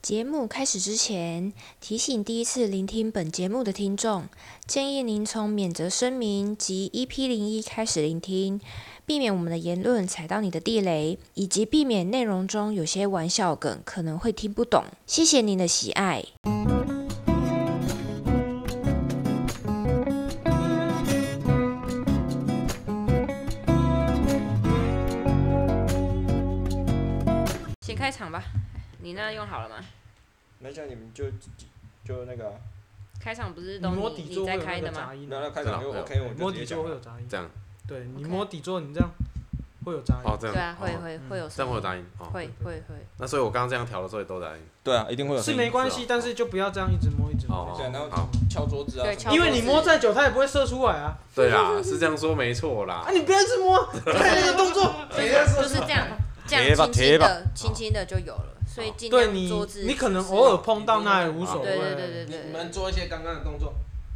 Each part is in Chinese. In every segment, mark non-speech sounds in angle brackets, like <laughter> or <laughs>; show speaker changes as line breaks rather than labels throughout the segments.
节目开始之前，提醒第一次聆听本节目的听众，建议您从免责声明及 EP 零一开始聆听，避免我们的言论踩到你的地雷，以及避免内容中有些玩笑梗可能会听不懂。谢谢您的喜爱。先开场吧，你那用好了吗？
那像你们就就就那个啊、
开场不是
你
都
摸
你
底
你
座会
在
有那
开
个
的吗
杂？音
那
啊，
那开场就
真的
OK，我们
摸
就
底
直接
座
讲
会有
了。
杂音。
这样
对你
OK
摸底座，你这样会有杂
哦，
音。
这样
对啊，会
哦、
会
嗯
会有
这
声
样会有
音，
杂音哦。
会会
<laughs>
会。
那所以我刚刚这样调的时候也都杂音
对啊，一定会有声
是
音。
没关系
是，啊
但是就不要这样一直摸一直摸
哦。
对啊，然后
好
敲桌子啊
对
什
敲
么的，
因为你摸再久，它也不会射出来啊！
对啦，是这样说没错啦
啊，。你不要一直摸， <laughs> 看那个动作，
<laughs>
<laughs>
就是就是这样，这
贴吧
样轻
贴
轻
吧哦
的、轻轻的就有了，所以尽
对
量
你
桌子，
你可能偶尔哎碰到那也无所
对对
谓。
对对
你
对
们做一些刚刚的动作，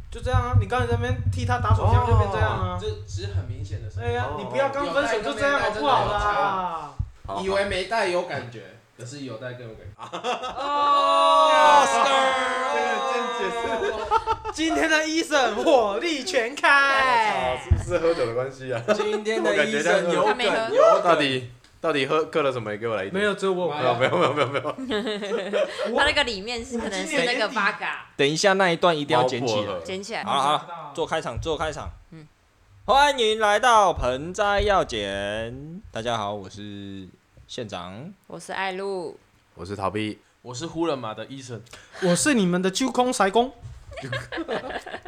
就这样啊！你刚才在那边替他打手枪，就变这样啊！
这只是很明显的声
哎
音。
呀，你不要刚分手就这样好不好啦？
好
以为没带有感觉，可是有带更有感觉。
哦 <laughs> 今天的医生火力全
哎
啊，
开
是，不是喝酒的关系啊？
今天
我
的
感
医
哦
觉像
生
是
有
他没喝
梗有
到
梗，
底到底喝喝了什么？也给我来一点。
没有，只有我有
妈
没
呀
有，没有，没有，没有，没有。
对，它那个里面是可能是那个八嘎，
等一下那一段一
一
定要捡起来。
捡起来
好。了
啊
好了，做开场，做开场。嗯，欢迎来到盆栽要捡。大家好，我是县长。
我是爱露，
我是逃避，
我是呼了马的医生，
我是你们的揪空塞工，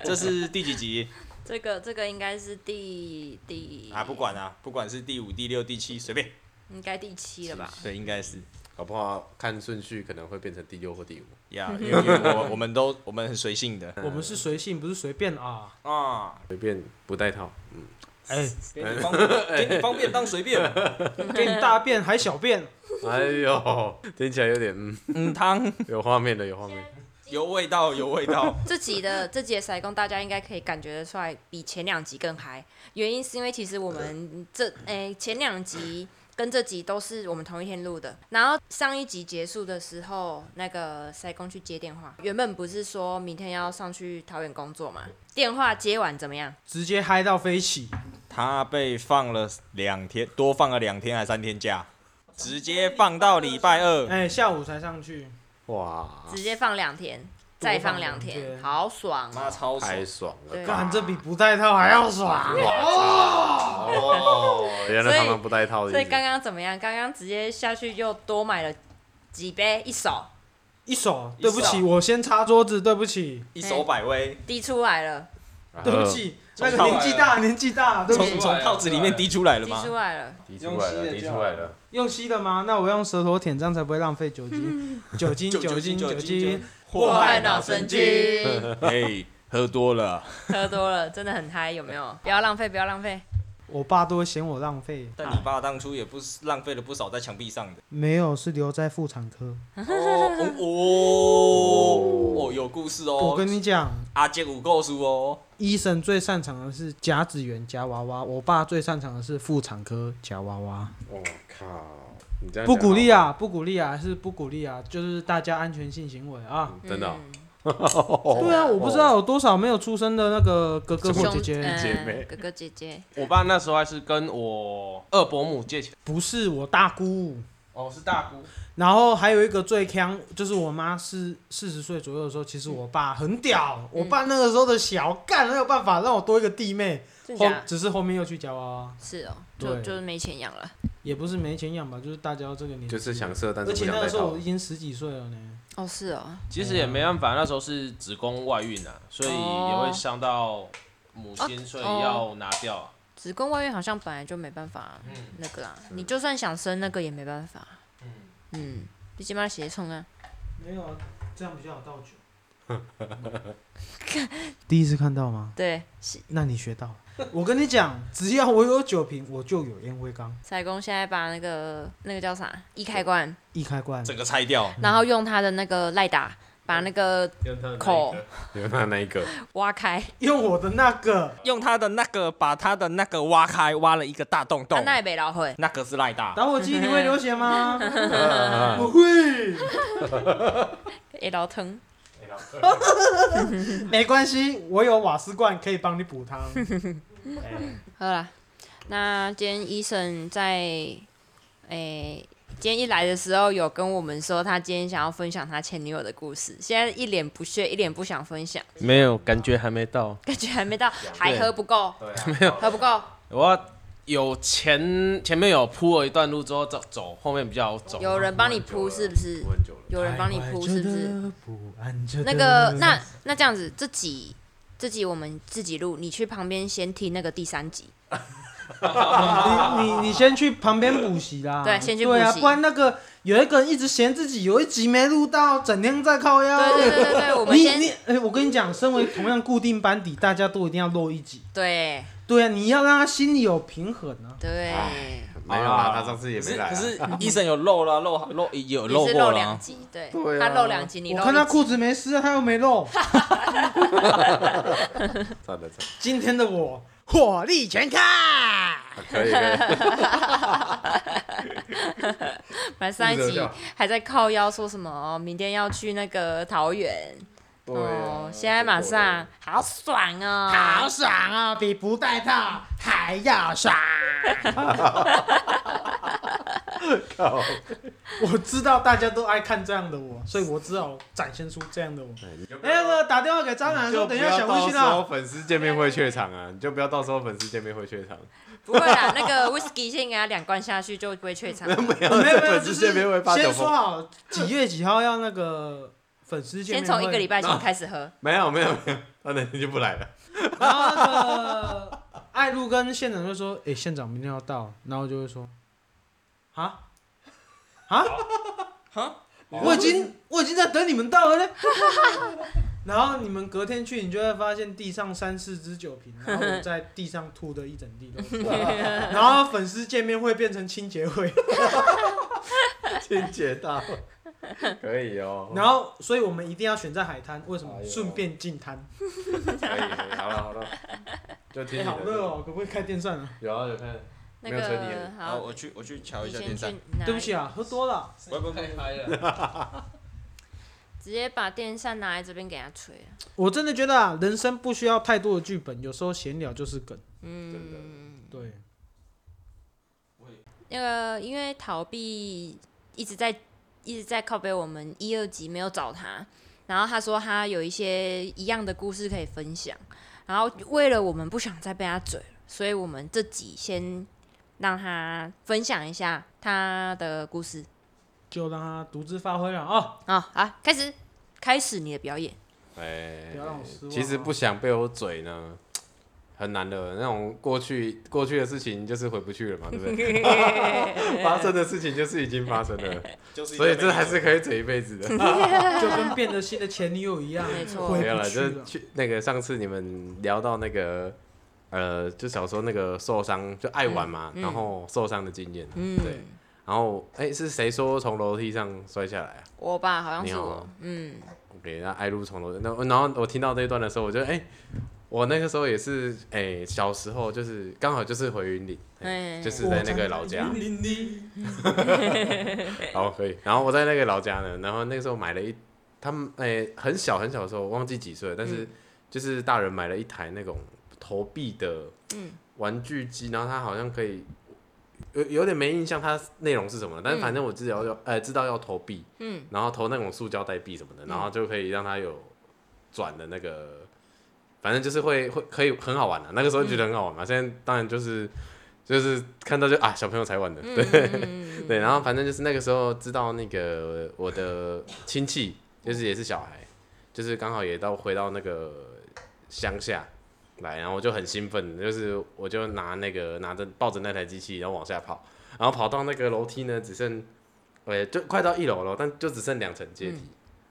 这是第几集
这个这个应该是第第
啊？不，管啊，不管是第五、第六、第七，随便。
应该第七了吧？
对，应该是。
搞不好看顺序可能会变成第六或第五。
呀、因为因为我我们都我们很随性的
我们是随性，不是随便啊。
啊，
随便不带套，
<laughs>
哎，
给你方给你方便当随便，
给你大便还小便，
哎呦，听起来有点嗯，
嗯汤
有画面的，有画面。
有味道有味道，
这集 <laughs> 的这集的塞工，大家应该可以感觉得出来，比前两集更嗨。原因是因为其实我们这诶、前两集跟这集都是我们同一天录的。然后上一集结束的时候，那个塞工去接电话，原本不是说明天要上去桃园工作嘛？电话接完怎么样？
直接嗨到飞起。
他被放了两天，多放了两天还三天假，直接放到礼拜二。
哎，下午才上去，
哇，
直接放两天，再啊放两
多放两
天，
天
好爽哦！
超
太爽
啊
了
对
吧！
干这比不带套还要爽。
哦，原来他们不带套的
所
意
以刚
思。
刚怎么样？刚刚直接下去又多买了几杯，一手
一手，
一
对
手
不起，我先擦桌子，对不起，
一手百威，
滴出来了，
啊
呃
对不起，那
从
个年纪大，年纪大，对不
从
起。
从套子里面滴出来了
滴
吗？
出来了。
提出来了，提出来了。
用吸的吗？那我用舌头舔，这样才不会浪费
<laughs>
酒精。酒精，
酒
酒精，
精
酒
酒精
精，
祸害脑神经，
嘿，喝多了，
喝多了真的很嗨，有没有？不要浪费，不要浪费。
我爸都会嫌我浪费，
但你爸当初也不是浪费了不少在墙壁上的。
没有是留在妇产科。
哦哦哦，有故事哦。
我跟你讲，
阿杰五够书哦。
医生最擅长的是甲子园夹娃娃，我爸最擅长的是妇产科夹娃娃。
我靠，你这样
不鼓励
啊！
啊，不鼓励啊，是不鼓励啊，就是大家安全性行为啊。
真的哦
嗯
对啊，我不知道有多少没有出生的那个哥哥或姐姐，
兄
姐妹
嗯哥哥姐姐，
我爸那时候还是跟我二伯母借钱，
不是我大姑。
哦，是大姑，
然后还有一个最坑，就是我妈是四十岁左右的时候，其实我爸很屌，我爸那个时候的小干没有办法让我多一个弟妹，
真
后
假
只是后面又去夹娃娃，
是哦，就
对
就是没钱养了。
也不是没钱养吧，就是大家都这个年纪，
就是想射，但是
而
不
且
想
那
戴
个时候
套
我已。经十几岁了呢，
哦，是哦，
其实也没办法，那时候是子宫外孕啊，所以也
哦
会伤到母亲，所以要拿掉啊。
子宫外孕好像本来就没办法啊
嗯
那个啦，你就算想生那个也没办法。嗯嗯，毕竟嘛血冲啊，
没有啊，这样比较有道理。 <laughs> 第一次看到吗？
对，是
那你学到了。我跟你讲，只要我有酒瓶，我就有烟灰缸。
彩工现在把那个那个叫啥一开关，
一开关，
整个拆掉，
然后用他的那个赖打，把那个口
有那那一个，
挖开，
用我的那个，
用他的那个把他的那个挖开，挖了一个大洞
他
洞。
啊那也没老会。
那个是赖
啊
大，
打火机你会流血
<laughs>
吗？
啊
我会，
会老疼，
没关系，我有瓦斯罐可以帮你补汤。哎
好啦，那今天医生在诶、今天一来的时候有跟我们说，他今天想要分享他前女友的故事，现在一脸不屑，一脸不想分享， <laughs>
没有感觉还没到，
感觉还没到，
啊
还喝不够，
没有。
喝不够，
我要有前前面有铺了一段路之后再走，后面比较好走。
有人帮你铺是不是
我？很久了，
有人帮你铺是不是？？
不安着的
那个，那那这样子，这集这集我们自己录，你去旁边先听那个第三集，
你你你先去旁边补习啦，
对先去
对啊，
补习
不然那个有一个人一直嫌自己有一集没录到，整天在靠腰。
对对对对对，我们
你
先
你哎、我跟你讲，身为同样固定班底，大家都一定要漏一集。
对
对啊，你要让他心里有平衡啊。
对，
没有啦，他上次也没来啊。
可是医生有漏了，漏漏有
你
漏
是
过
漏
了
两
啊。
集，对
对，
他
啊
漏两集，你
我
漏
看他
一集，
裤子没湿啊，他又没漏。
算了算
今天的我火力全开。
了，啊可以可以。
<laughs> 本来上一
裤子
集
有掉
还在靠腰说什么，哦明天要去那个桃园，
对啊
哦，现在马上好爽哦，
好爽啊、比不戴套还要爽！
<laughs> 靠
我知道大家都爱看这样的我，所以我只好展现出这样的我。哎、我打电话给渣男说，等
就不
一下
要
小
到
微
时
信
候
啊。
粉丝见面会怯场啊！你就不要到时候粉丝见面会怯场。
不会啦，那个 whisky 先给他两罐下去就不会怯场了，
没
<laughs> 没有没有，
粉
就
丝
是
见面会发酒
先说
疯。
好几月几号要那个粉丝见
先
面会，
从一个礼拜前开始喝，
没有没有没有，他那天就不来了。
然后那个艾露跟县长就说：“哎、县长明天要到。”然后就会说：“啊啊
哈
哦
我已经我已经在等你们到了呢。” <laughs> 然后你们隔天去，你就会发现地上三四只酒瓶，然后我在地上吐的一整地都
<laughs>
是。然后粉丝见面会变成清洁会，
清洁到， <laughs> 可以哦。
<laughs> 然后所以我们一定要选在海滩，为什么
哎？呦
顺便进滩。
可以，可以好了好了，就听
哎，
你的。
好热
<laughs>
哦，可不可以开电扇啊？
有啊有看，
那
没有吹你
个
的
好，
好，
我去我去瞧一
你
下
先
电扇
去。拿
对不起啊，喝多了。
不不不，
直接把电扇拿来这边给他吹啊。
我真的觉得啊，人生不需要太多的剧本，有时候闲聊就是梗。
真的
嗯，
对，
那个因为逃避一直在一直在靠背我们一二集没有找他，然后他说他有一些一样的故事可以分享，然后为了我们不想再被他嘴了，所以我们这集先让他分享一下他的故事。
就让他独自发挥了啊、
哦，好，开始开始你的表演。 <laughs>
哎
不要让我失望啊
其实不想被我嘴呢，很难的。那种过去过去的事情就是回不去了嘛，对不 <laughs> 对？发生的事情就是已经发生 <laughs> 了，
就是
所以这还是可以嘴一辈子的。
就跟变了心的前女友一样，
没错
回
没有
不
了，
去
就是
了。
去那个上次你们聊到那个。呃，就小时候那个受伤，就爱玩嘛，
嗯嗯
然后受伤的经验，
嗯，
对。然后，哎、是谁说从楼梯上摔下来啊？
我吧，好像
你
是
好
我。嗯，
给那爱路从头，那然后我听到这一段的时候，我就哎、我那个时候也是哎、小时候就是刚好就是回云岭，哎
哎
就是在那个老家，
零零
好可以。然后我在那个老家呢，然后那个时候买了一，他们哎、很小很小的时候，我忘记几岁了，但是就是大人买了一台那种投币的玩具机，然后它好像可以。有有点没印象，它内容是什么了，但是反正我知道要、呃知道要投币，
嗯，
然后投那种塑胶袋币什么的，然后就可以让它有转的那个，反正就是会会可以很好玩的、啊那个时候觉得很好玩嘛，现在当然就是就是看到就啊小朋友才玩的，对、对，然后反正就是那个时候知道那个我的亲戚就是也是小孩，就是刚好也到回到那个乡下来，然后我就很兴奋，就是我就拿那个拿着抱着那台机器，然后往下跑，然后跑到那个楼梯呢，只剩，呃、就快到一楼了，但就只剩两层阶梯。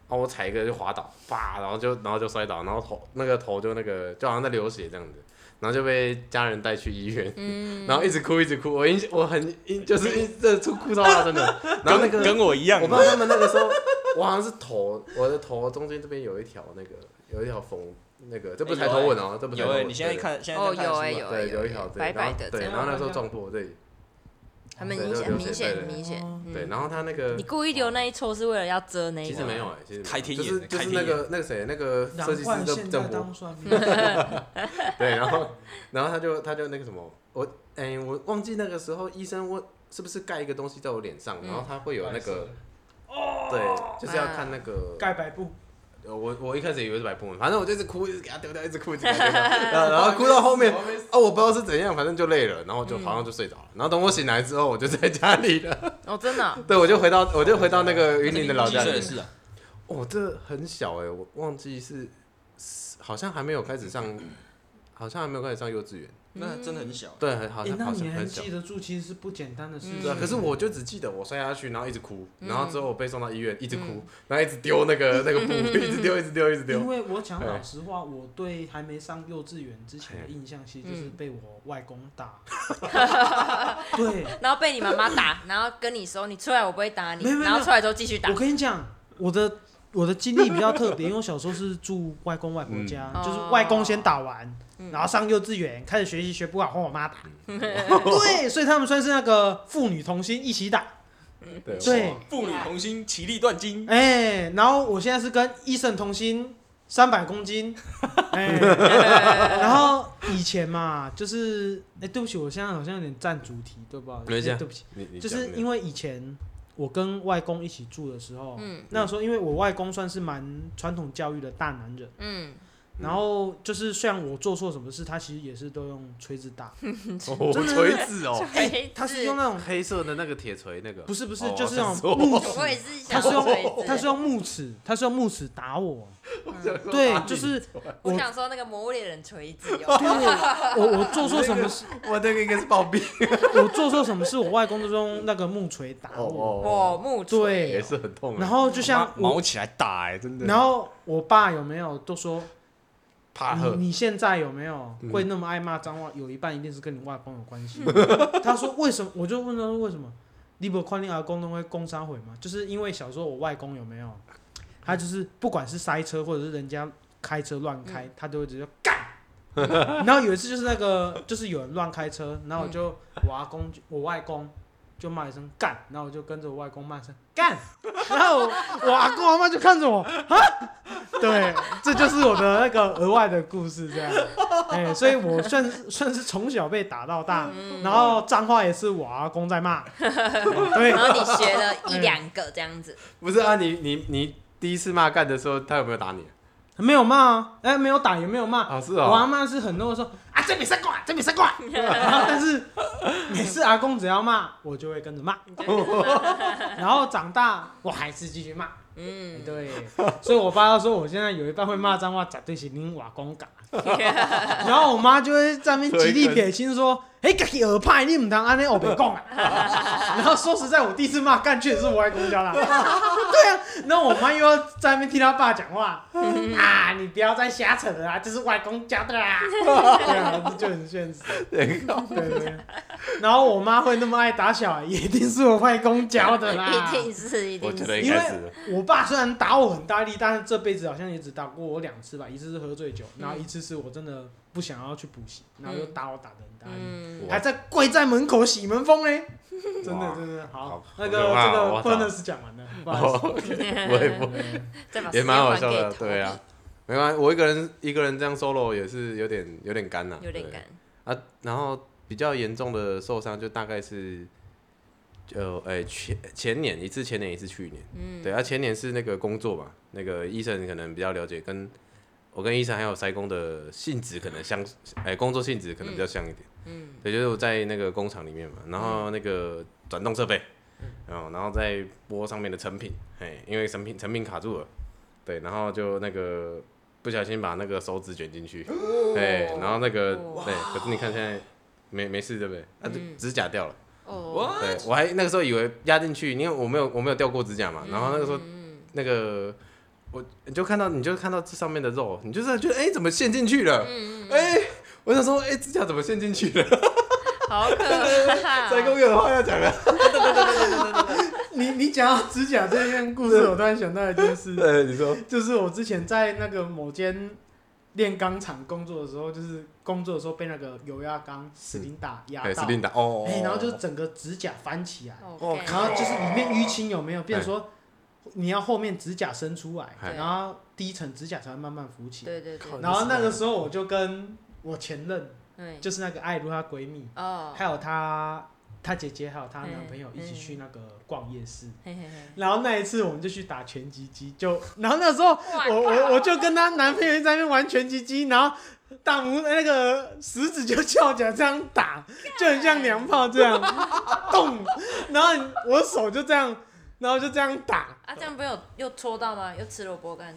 然后我踩一个就滑倒，啪，然后就然后就摔倒，然后头那个头就那个就好像在流血这样子，然后就被家人带去医院， <laughs> 然后一直哭一直哭，我印我很印就是一直哭到大声的，然后那个
跟跟我一样
我不知道他们那个时候，我好像是头，我的头中间这边有一条那个，有一条缝，那个这不是抬头纹哦，这不是抬
有
头
哎、
纹。
你现在
对，
看现在
哦，
在看
有哎、
书吗
有哎、
对，有一
哎
条对
白白
然后
的，
对，
这
然
样
后那
好
时候
像
撞破我这里，
很明
对
显，
就
很
流
明
血
显，
对
很明显。
对，
嗯，
然后他那个
你故意留那一撮是为了要遮那一
其
个
实没有哎，其实没有
开天
就
眼
是就
开
是
天
那个那个谁那个
难
设计师
怪
郑
现在
郑波
当算命，
<laughs> 对，然后然后他就他就那个什么，我哎、我忘记那个时候医生问是不是盖一个东西在我脸上，
嗯
然后他会有那个对，就是
啊
要看那个
盖白布，
呃我我一开始以为是白布，反正我就一直哭，一直给他丢掉，一直哭，一直给他丢掉，然后然后哭到后面，啊，我不知道是怎样，反正就累了，然后就
嗯
好像就睡着了。然后等我醒来之后，我就在家里了。
哦，真的哦、
对，我就回到我就回到那个云
你
林的老
几
家
岁
里
的。事啊？
哦，这很小哎、我忘记是好像还没有开始上，好像还没有开始上幼稚园。
那真的很小。
对，很好
哎
像，
那
好
你
像
还
很小。
记得住，其实是不简单的事
对啊，
情。
可是我就只记得我摔下去，然后一直哭，
嗯
然后之后我被送到医院，一直哭，然后一直丢那个
<laughs>
那个布，一直丢，一直丢，一直
因
丢。
为我讲老实话，我对还没上幼稚园之前的印象，其实就是被我外公打。对，
然后被你妈妈打，然后跟你说你出来我不会打你
没有，没有
然后出来之后继续打
我。跟你讲，我的我的经历比较特别，因为我小时候是住外公外婆家，
嗯
就是外公先打完，然后上幼稚园开始学习，学不好换我妈打。对，所以他们算是那个父女同心一起打。
对
对，
父女同心，其利断金。
哎、然后我现在是跟医生同心，三百公斤。哎、然后以前嘛，就是哎、对不起，我现在好像有点占主题，对吧？
没事
哎对不起。
你你
就是因
为
为以前我跟外公一起住的时候，
嗯
那时候因为我外公算是蛮传统教育的大男人，
嗯，
然后就是虽然我做错什么事，他其实也是都用锤子打，
嗯 <laughs>
我锤子哦，
哎、
他是用那种
黑色的那个铁锤那个，
不是不是
哦，
就是那
我
种木
我
尺，
也是哦
他
想
是
说锤
用
子，
他是用木尺，他是用木尺打我，嗯对，就是
我
我啊
想说那个魔物猎人锤子哦有，
我我做错什么事，
我那个应该是 <laughs> 暴毙
我做错什么事，我外公都是用那个木锤打我，
哦，木
对
锤
也，是很痛啊。
然后就像
妈
我，
毛起来打哎、真的。
然后我爸有没有都说
怕
你
喝，
你现在有没有
嗯
会那么爱骂脏话？有一半一定是跟你外公有关
<laughs>
系。他说为什么？我就问他说为什么？你不看你阿公都会工伤毁吗？就是因为小时候我外公有没有，他就是不管是塞车或者是人家开车乱
嗯
开，他都会直接 <laughs> 干。然后有一次就是那个就是有人乱开车，然后我就 <laughs> 我阿公就我外公就骂一声干，然后我就跟着我外公骂一声干，然后我我阿公阿妈就看着我啊，对，这就是我的那个额外的故事这样，哎、所以我算是算是从小被打到大，然后脏话也是我阿公在骂，对
然，后你学了一两个这样
<laughs>
子，
不是啊？你你你第一次骂干的时候，他有没有打你？
没有骂啊，哎、没有打也没有骂，
啊，是
我阿
哦，
妈是很多人说啊这比赛怪，这比赛怪，然后但是每次阿公只要骂，我就会跟着骂，然后长大我还是继续骂。哎
嗯， <laughs>
对，所以我爸说我现在有一半会骂脏话，绝对是恁瓦
<laughs>
公讲。然后我妈就会在那边极力撇清说：“哎，自己耳派，你唔通安尼我
<laughs>
白讲啊。”然后说实在，我第一次骂干确实是我外公教
<laughs>
啦。对啊，然后我妈又要在那边听他爸讲
<laughs>
话啊，你不要再瞎扯了啊，这是外公教的
<laughs>
啦。对啊，这就很现实。对对对。然后我妈会那么爱打小孩，也一定是我外公教的
<laughs>
啦。
一定是一
我
定
觉
是，
得应
因
该是
为。我爸虽然打我很大力，但是这辈子好像也只打过我两次吧，一次是喝醉酒，然后一次是我真的不想要去补习，然后又打我打的很大力，
嗯，
哇
还在跪在门口洗门风嘞，真的
哇
真的好
好，
那
好
个
可
这
怕哦
个
我操
bonus 讲完了，不好意
哦
思，
嗯
，OK，我也不
<laughs>
<laughs>
再把时
也
间
蛮好
还
笑的，
给
对啊，没关系，我一个人一个人这样 solo 也是有点有点干呐、
逃避，有点
对
干，
啊。然后比较严重的受伤就大概是，呃，哎、前前年一次，前年一次，去年，嗯，对啊，前年是那个工作嘛，那个医生可能比较了解，跟我跟医生还有塞工的性质可能相，哎、工作性质可能比较像一点，嗯，对，就是我在那个工厂里面嘛，然后那个转动设备，嗯，然后再播上面的成品，哎，因为成品成品卡住了，对，然后就那个不小心把那个手指卷进去，哎，然后那个对，可是你看现在没没事对不对？啊，就指甲掉了，
哦，
对我还那个时候以为压进去，因为我没有我没有掉过指甲嘛，然后那个时候
嗯
那个。我你就看到你就看到这上面的肉，你就是觉得哎、怎么陷进去了？
嗯
哎、我想说哎、指甲怎么陷进 <laughs> 去了？
好可怕，
<laughs>
在公园的话要讲了，
你你讲到指甲这件故事，我突然想到一件事，
<laughs> 呃，你说
就是我之前在那个某间炼钢厂工作的时候，就是工作的时候被那个油压缸司令打压
哎，
到
是，琳达哦，
哎，然后就整个指甲翻起来，
哦
然后就是里面淤青有没有？变成说你要后面指甲伸出来，
哎
然后第一层指甲才会慢慢浮起来。
对对对，
然后那个时候我就跟我前任，
嗯，
就是那个艾露她闺蜜，
哦，
还有她她姐姐，还有她男朋友一起
嗯
去那个逛夜市。
嘿嘿嘿，
然后那一次我们就去打拳击机，就然后那时候
哇
我我我就跟她男朋友一直在那边玩拳击机，然后大拇那个食指就翘起来这样打，就很像娘炮这样动，然后我手就这样，然后就这样打，
啊，这样不有又戳到吗？又吃萝卜干？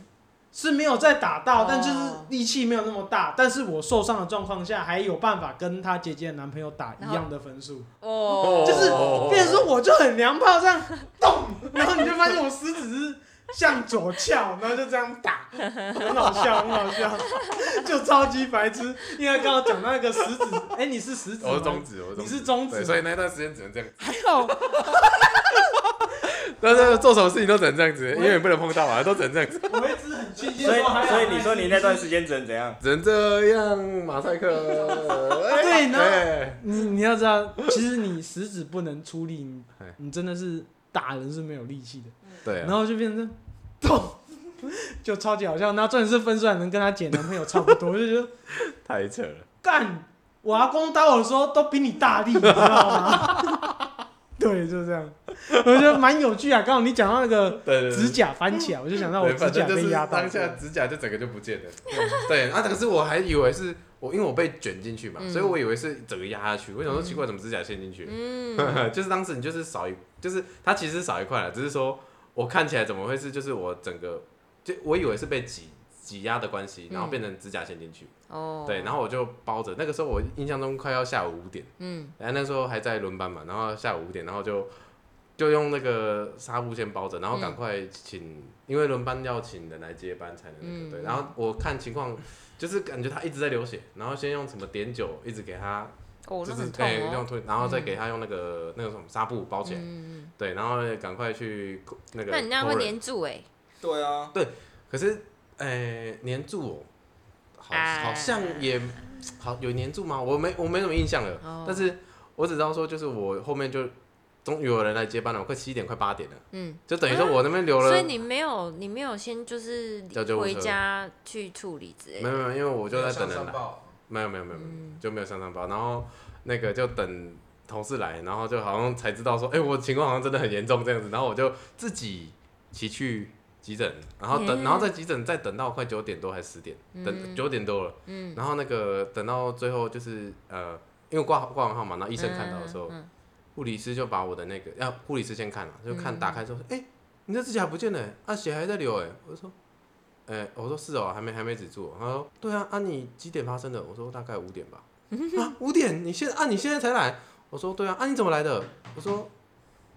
是没有再打到，
哦
但就是力气没有那么大，但是我受伤的状况下还有办法跟她姐姐的男朋友打一样的分数，
哦，
就是
哦
变成说我就很娘炮这样动，然后你就发现我食指是向左翘，然后就这样打，很好笑，很好笑，就超级白痴。因为刚刚讲到那个食指，哎、你是食指吗，
哦我是中指，我是中指，
你是中
对
指，
所以那段时间只能这样，
还好，
<laughs> 但是做什么事情都只能这样子，因为你不能碰到啊，都只能这样子，
我一直很庆幸
所以
说还好
所以你说你那段
是
时间只能怎样？
只能这样，马赛 <laughs> 克，哎
对呢
哎
你你要知道，其实你食指不能出力，你
哎
你真的是打人是没有力气的，
对
然
啊，
后就变成动，就超级好笑。然后重点是分数还能跟她姐男朋友差不多，我就觉得。
太扯了，
干，我阿公打我的时候都比你大力，你知道吗？
<laughs>
对，就是这样，我觉得蛮有趣啊。刚好你讲到那个
对对对
指甲翻起来，我就想到我
对，
指
反
甲
正就
被
是
压到
当
过。
下指甲就整个就不见了。对，啊，可是我还以为是我，因为我被卷进去嘛，
嗯
所以我以为是整个压下去。我想说奇怪，怎么指甲陷进去了？
嗯，
<laughs> 就是当时你就是少一，就是它其实少一块了，只是说我看起来怎么会是就是我整个就我以为是被挤挤压的关系，然后
嗯
变成指甲陷进去。
哦，
对，然后我就包着。那个时候我印象中快要下午五点，
嗯，
然后那时候还在轮班嘛，然后下午五点，然后就就用那个纱布先包着，然后
嗯
赶快请，因为轮班要请人来接班才能那个、
嗯
对。然后我看情况，就是感觉他一直在流血，然后先用什么碘酒一直给他，
哦，那
就是
很痛
对
哦
用，推，然后再给他用那个、那个什么纱布包起来，
嗯，
对，然后赶快去那个。
那你那样会。粘住哎，
对啊，
可是，诶、粘住我，好，
啊
好像也好有粘住吗？我没，我没什么印象了。
哦
但是我只知道说，就是我后面就终于有人来接班了，我快七点，快八点了，
嗯，
就等于说我那边留了，
所以你没有你没有先就是
叫救护
回
车
家去处理之类
没
的，
有没有，因为我就在等人来，
报，
没有没有没有没
嗯
有，就没有上上报，然后那个就等同事来，然后就好像才知道说，哎、我情况好像真的很严重这样子，然后我就自己骑去急诊，然后等，
嗯
然后在急诊再等到快九点多还是十点，等九点多了，
嗯，
然后那个等到最后就是呃，因为挂挂完号码，然后医生看到的时候，
嗯， <laughs> 嗯
护理师就把我的那个，要、护理师先看了，就看打开之后，哎、你的指甲不见了、啊，血还在流哎、我就说，哎、我说是哦，还没还没止住哦、他说，对啊，啊你几点发生的？我说大概五点吧。啊，五点？你现啊你现在才来？我说对啊，啊你怎么来的？我说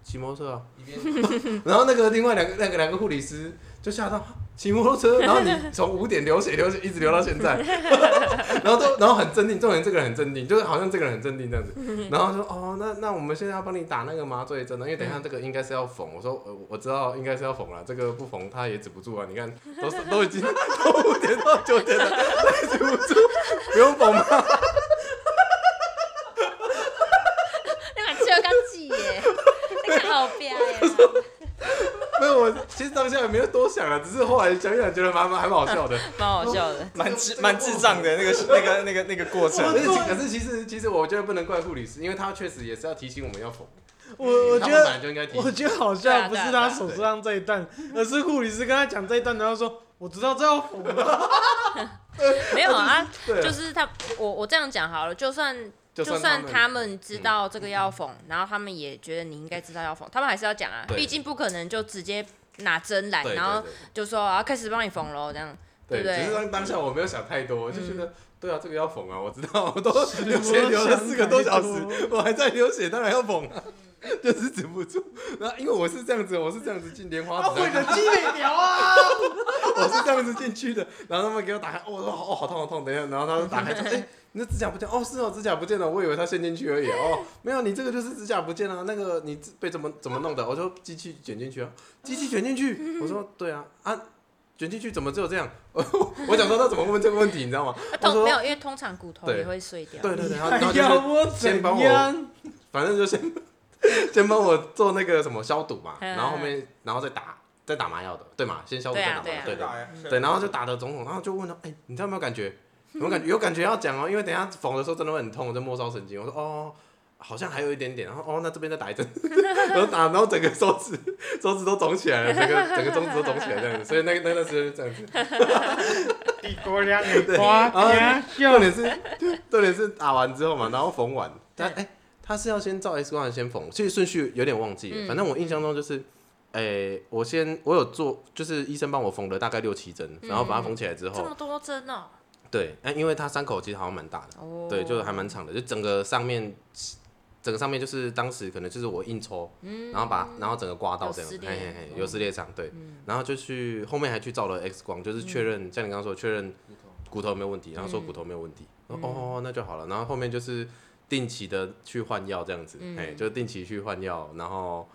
骑摩托车啊。
一边
然后那个另外两个那个两个护理师就吓到，骑摩托车，然后你从五点流血流血一直流到现在， <laughs> 然后都然后很镇定，重点这个人很镇定，就是好像这个人很镇定这样子。然后说哦，那那我们现在要帮你打那个麻醉针了，因为等一下这个应该是要缝。我说呃我知道应该是要缝了，这个不缝它也止不住啊。你看都是 <laughs> 都已经都五点到九点了，它也止不住，不用缝吗？
那蛮吃了刚记耶，那个好彪耶， <laughs>
没有，我其实当下也没有多想啊，只是后来想一想觉得蛮蛮还蛮好笑的。
蛮好笑的，
蛮智蛮智障的那个那个那个那个过程。
可是其可是其实其实我觉得不能怪护理师，因为他确实也是要提醒我们要缝。
我我
他
觉
们本来
得
就应该提
我
醒。
觉得好
对啊
笑，不是他手
对啊
术上这一段，而是护理师跟他讲这一段，然后说我知道这要缝了，
没有啊，
对
就，是他，我我这样讲好了，就算
就
就
算
算
他
他
们嗯
们知道这个要缝，然后他们也觉得你应该知道要缝，他们还是要讲啊，
对
毕竟不可能就直接拿针来，
对
然后
对对
就说啊开始帮你缝喽这样。对
对，
不对
只是当当下我没有想太多，我就觉得，对啊，这个要缝啊，我知道，我都流血流了四个多小时
想太，
我还在流血，当然要缝啊， <laughs> 就是止不住。然后因为我是这样子，我是这样子进莲花
他
指
毁
这样
了
子，
肌美疗啊！
<laughs> 我是这样子进去的，然后他们给我打开，哦，我说哦好痛好痛，等一下，然后他就打开说，哎、你的指甲不见，哦是哦指甲不见了，我以为他陷进去而已，哦 <laughs> 没有，你这个就是指甲不见了，那个你被怎么怎么弄的？我说机器卷进去啊，机器卷进去，我说对啊啊。卷进去怎么只有这样？ <laughs> 我想说他怎么问这个问题，你知
<laughs>
道吗？他
啊通
说
没有，因为通常骨头
对
也会碎掉。
对对对，然后然后
还 <laughs>
就
要
是
哎我
先
怎
帮我
样？
反正就先 <laughs> 先帮我做那个什么消毒嘛，
嗯
然后后面然后再打再打麻药的，对嘛？先消毒
对啊
再打麻
对
药
啊，
对对
对
对，然后就打的肿肿，然后就问他，哎、你这样有没有感觉？有没有感觉？有感觉要讲哦，因为等一下缝的时候真的会很痛，我就末梢神经。我说哦，好像还有一点点，然后哦，那这边再打一针， <laughs> 然后打，然后整个手指手指都肿起来了，整个整个中指都肿起来这样子，所以那那段时间是这样子。
一国两个
对
花
重
笑，
点是，重点是打完之后嘛，然后缝完，他哎、他是要先照 X 光还是先缝？其实顺序有点忘记了，
嗯
反正我印象中就是，哎、我先我有做，就是医生帮我缝了大概六七针，然后把它缝起来之
这
后，
么多针哦、
对，哎、因为它伤口其实好像蛮大的，
哦，
对，就是还蛮长的，就整个上面，整个上面就是当时可能就是我硬抽，然后把然后整个刮
嗯
到
有
这样，
撕
嘿
裂
嘿嘿，
嗯嗯
有撕裂伤，对，然后就去后面还去照了 X 光，就是确认、像你刚刚说确认骨头有没有问题，然后说骨头没有问题，我
嗯
说哦那就好了，然后后面就是定期的去换药这样子，
嗯
哎、就定期去换药，然后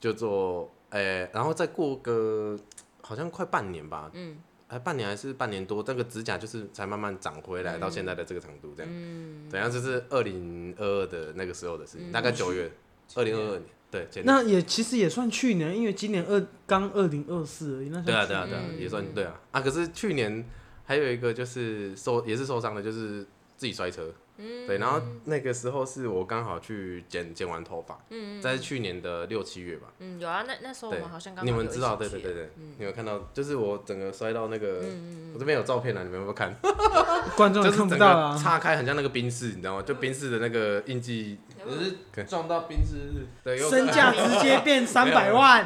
就做，哎、然后再过个好像快半年吧，
嗯
哎，半年还是半年多，这个指甲就是才慢慢长回
嗯
来，到现在的这个长度这样。等一下就是二零二二的那个时候的
嗯
事情，大概九月，二零二二年，对，前年
那也其实也算去年，因为今年二刚二零二四而已，那
对啊
算
对啊对啊，
嗯
也算对啊啊！可是去年还有一个就是受也是受伤的，就是自己摔车，
嗯
对，然后那个时候是我刚好去剪剪完头发，
嗯
在去年的六七月吧，
嗯，有啊，那那时候我
对
们好像刚，好
你
有
们
一
知道，
起
对
去
对对对
嗯，
你们看到就是我整个摔到那个，我这边有照片啊，你们有没有看？
观众
就
也
是
看
整
不
个
到啊。
岔开，很像那个宾士，你知道吗？就宾士的那个印记，
可是撞到冰之日，
对，又
身价直接
<laughs>
变三百万，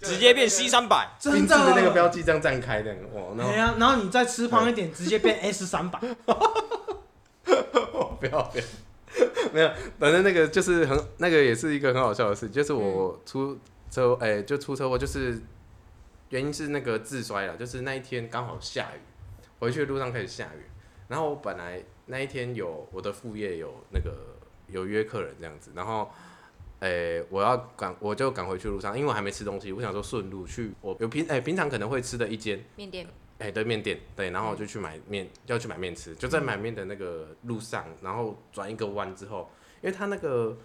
直接变 C 三百，
宾
真
士的那个标记这样绽开的，哇，
哎
那
呀，然后你再吃胖一点，直接变 S 三百。 <laughs>
<laughs> 我不要不要，没有，反正那个就是很那个也是一个很好笑的事，就是我出车哎、就出车祸，就是原因是那个自摔了，就是那一天刚好下雨，回去的路上开始下雨，然后我本来那一天有我的副业有那个有约客人这样子，然后。诶、我要赶，我就赶回去路上，因为我还没吃东西，我想说顺路去我有平诶、哎平常可能会吃的一间，
面店，
哎、对面店，对，然后
嗯
我就去买面，要去买面吃，就在买面的那个路上，然后转一个弯之后，因为它那个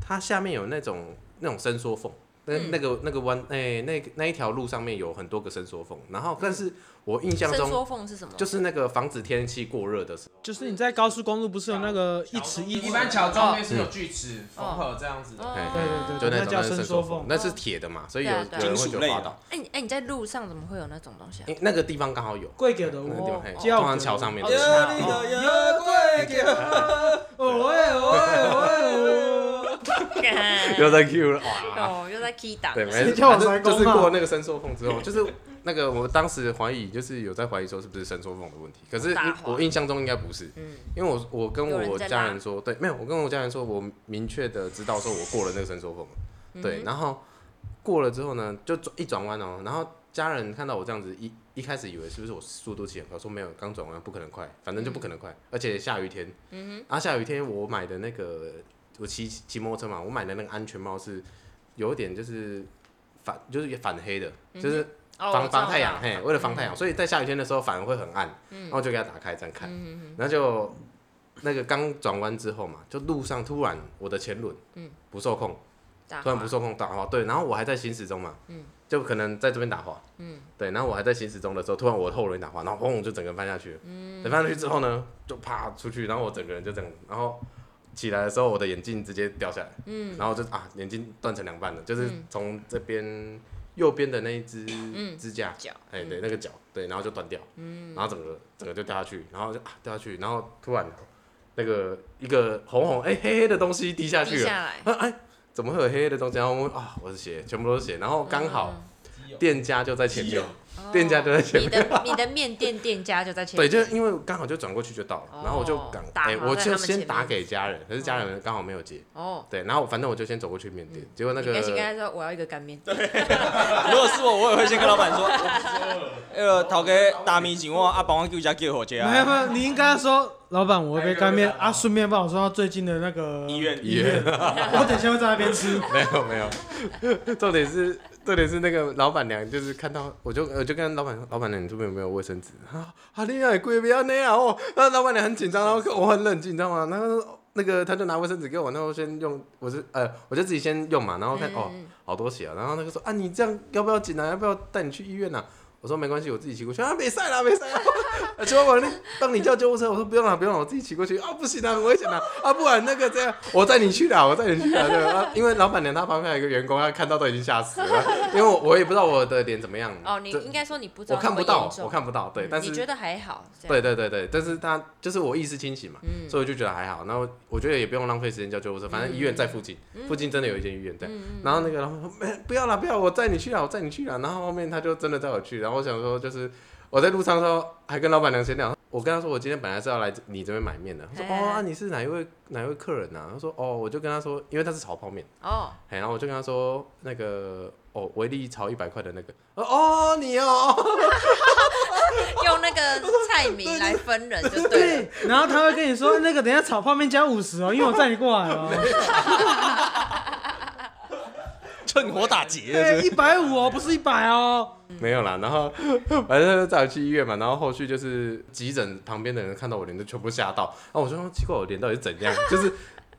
它下面有那种那种伸缩缝，那、
嗯
那个那个弯，哎、那个那一条路上面有很多个伸缩缝，然后但是我印
嗯
象
伸
中
缩缝是什么？
就是那个防止天气过热的时候，
就是你在高速公路不是有那个一尺一
一
尺？
般桥中间是有锯齿缝
哦
合这样子的，
哦嗯
哎
对对对
就
那
那种
叫
是
伸
伸
缩
缩
缝
缝，那是铁的嘛，所以有
对
有
啊对啊
人会
金属
就
类
滑
的
倒，
哎、你哎、你在路上怎么会有那种东西啊？
哎、那个地方刚好有。
贵给的
那个地
我
方，嘿
叫
通常桥上面
有
的
哦
哎你
地方
啊 <laughs>
的有贵给
哦喂哦喂哦喂！
<laughs>
又在 Q 了，哇！
哦，又在 key 打，
啊对，没
谁
事，
叫我
反正
来
就
攻
是
啊
过那个伸缩缝之后，就是那个我当时怀疑，就是有在怀疑说是不是伸缩缝的问题，可是
打
因
滑
我印象中应该不是，
嗯
因为我我跟
有人
我
在
家
拉
人说，对，没有，我跟我家人说，我明确的知道说我过了那个伸缩缝
嗯
了，对，然后过了之后呢，就转一转弯哦，然后家人看到我这样子一一开始以为是不是我速度骑很快，说没有，刚转弯不可能快，反正就不
嗯
可能快，而且下雨天，嗯啊下雨天我买的那个我骑骑摩托车嘛，我买的那个安全帽是有点就是反就是反黑的，就是
嗯哦，
防
我知道嗯
防太阳，
我知道
嘿，为了防太阳，所以在下雨天的时候反而会很暗，然后我就给它打开这样看，
嗯
然后就那个刚转弯之后嘛，就路上突然我的前轮
嗯
不受控，
打
突然不
滑嗯
受控打滑，对，然后我还在行驶中嘛，就可能在这边打滑，对，然后我还在行驶中的时候，突然我的后轮打滑，然后砰就整个人翻下去了，
嗯
等翻下去之后呢，就啪出去，然后我整个人就这样，然后起来的时候我的眼镜直接掉下来，
嗯
然后就啊眼镜断成两半了，就是从这边右边的那一只支架，
嗯脚，嗯
哎、对，那个脚，对，然后就断掉，然后整个整个就掉下去，然后就啊掉下去，然后突然那个一个红红哎、黑黑的东西滴下去
低
了，
下来，嗯
啊哎、怎么会有黑黑的东西？然后我们啊我的血全部都是血，然后刚好、
鸡
有。
店家就在前面
有，
<laughs> 店家就在前
哦你的你的面店店家就在前
对，
面，
就因为刚好就转过去就到了，然后我就赶
哦，打
哎，
好
我
在
就
他们前
先
面
打给家人，可是家人刚好没有接，
哦，
对，然后反正我就先走过去面店，结果那
你嗯应
个
该先跟他说我要一个干面，
如果是我，我也会先跟老板说，那个头家大米请我啊，帮我叫一下救火车
没有
啊。
没有，你应该说，老板，我要杯干面啊，顺便帮我送到最近的那个
医院
医院， <laughs> 我等一下会在那边
<laughs>
吃。
没有没有， <laughs> 重点是重点是那个老板娘，就是看到我就我就跟老板说，老板娘你这边有没有卫生纸 <laughs> 啊？啊，你也贵不要那样哦。那老板娘很紧张，然后我很冷静，你知道吗？然后那个他就拿卫生纸给我，然后先用，我是呃我就自己先用嘛，然后看、哦
嗯
好多血啊，然后他就说啊你这样要不要紧啊？要不要带你去医院啊？我说没关系，我自己骑过去啊，没赛啦，没赛啦。 <laughs> 啊结果我那帮你叫救护车，我说不用了，不用了，我自己骑过去啊，不行啊，很危险啊，啊，不然那个这样，我带你去啦，我带你去啦，对啊，因为老板娘她旁边还有一个员工，她看到都已经吓死了，因为我我也不知道我的脸怎么样，
哦，你
对
应该说你不知
我
道那
看
么
不
严
到，
重，
我看不到，对，但是
你觉得还好，这样
对对对对，但是他就是我意识清醒嘛，
嗯
所以我就觉得还好。然后我觉得也不用浪费时间叫救护车，反正医院在附近，附近真的有一间医院这样。然后那个老板说：“没、不要了，不要，我载你去了，我载你去了。”然后后面他就真的载我去。然后我想说，就是我在路上的时候还跟老板娘闲聊，我跟他说我今天本来是要来你这边买面的。他说：“
哎
哦，啊、你是哪一位哪一位客人啊？”他说：“哦，我就跟他说，因为他是炒泡面。”
哦，
哎，然后我就跟他说那个哦，维力炒一百块的那个，哦，你哦，
用那个菜名来分人就对了。
对， <laughs> 然后他会跟你说，那个等一下炒泡面加五十哦，因为我载你过来
<laughs>
哦，
趁火打劫是不
对，
是
一百五哦，不是一百哦。
没有啦，然后 <laughs> 反正他就载我去医院嘛，然后后续就是急诊旁边的人看到我脸都全部吓到，然后我就说奇怪，我脸到底是怎样？就是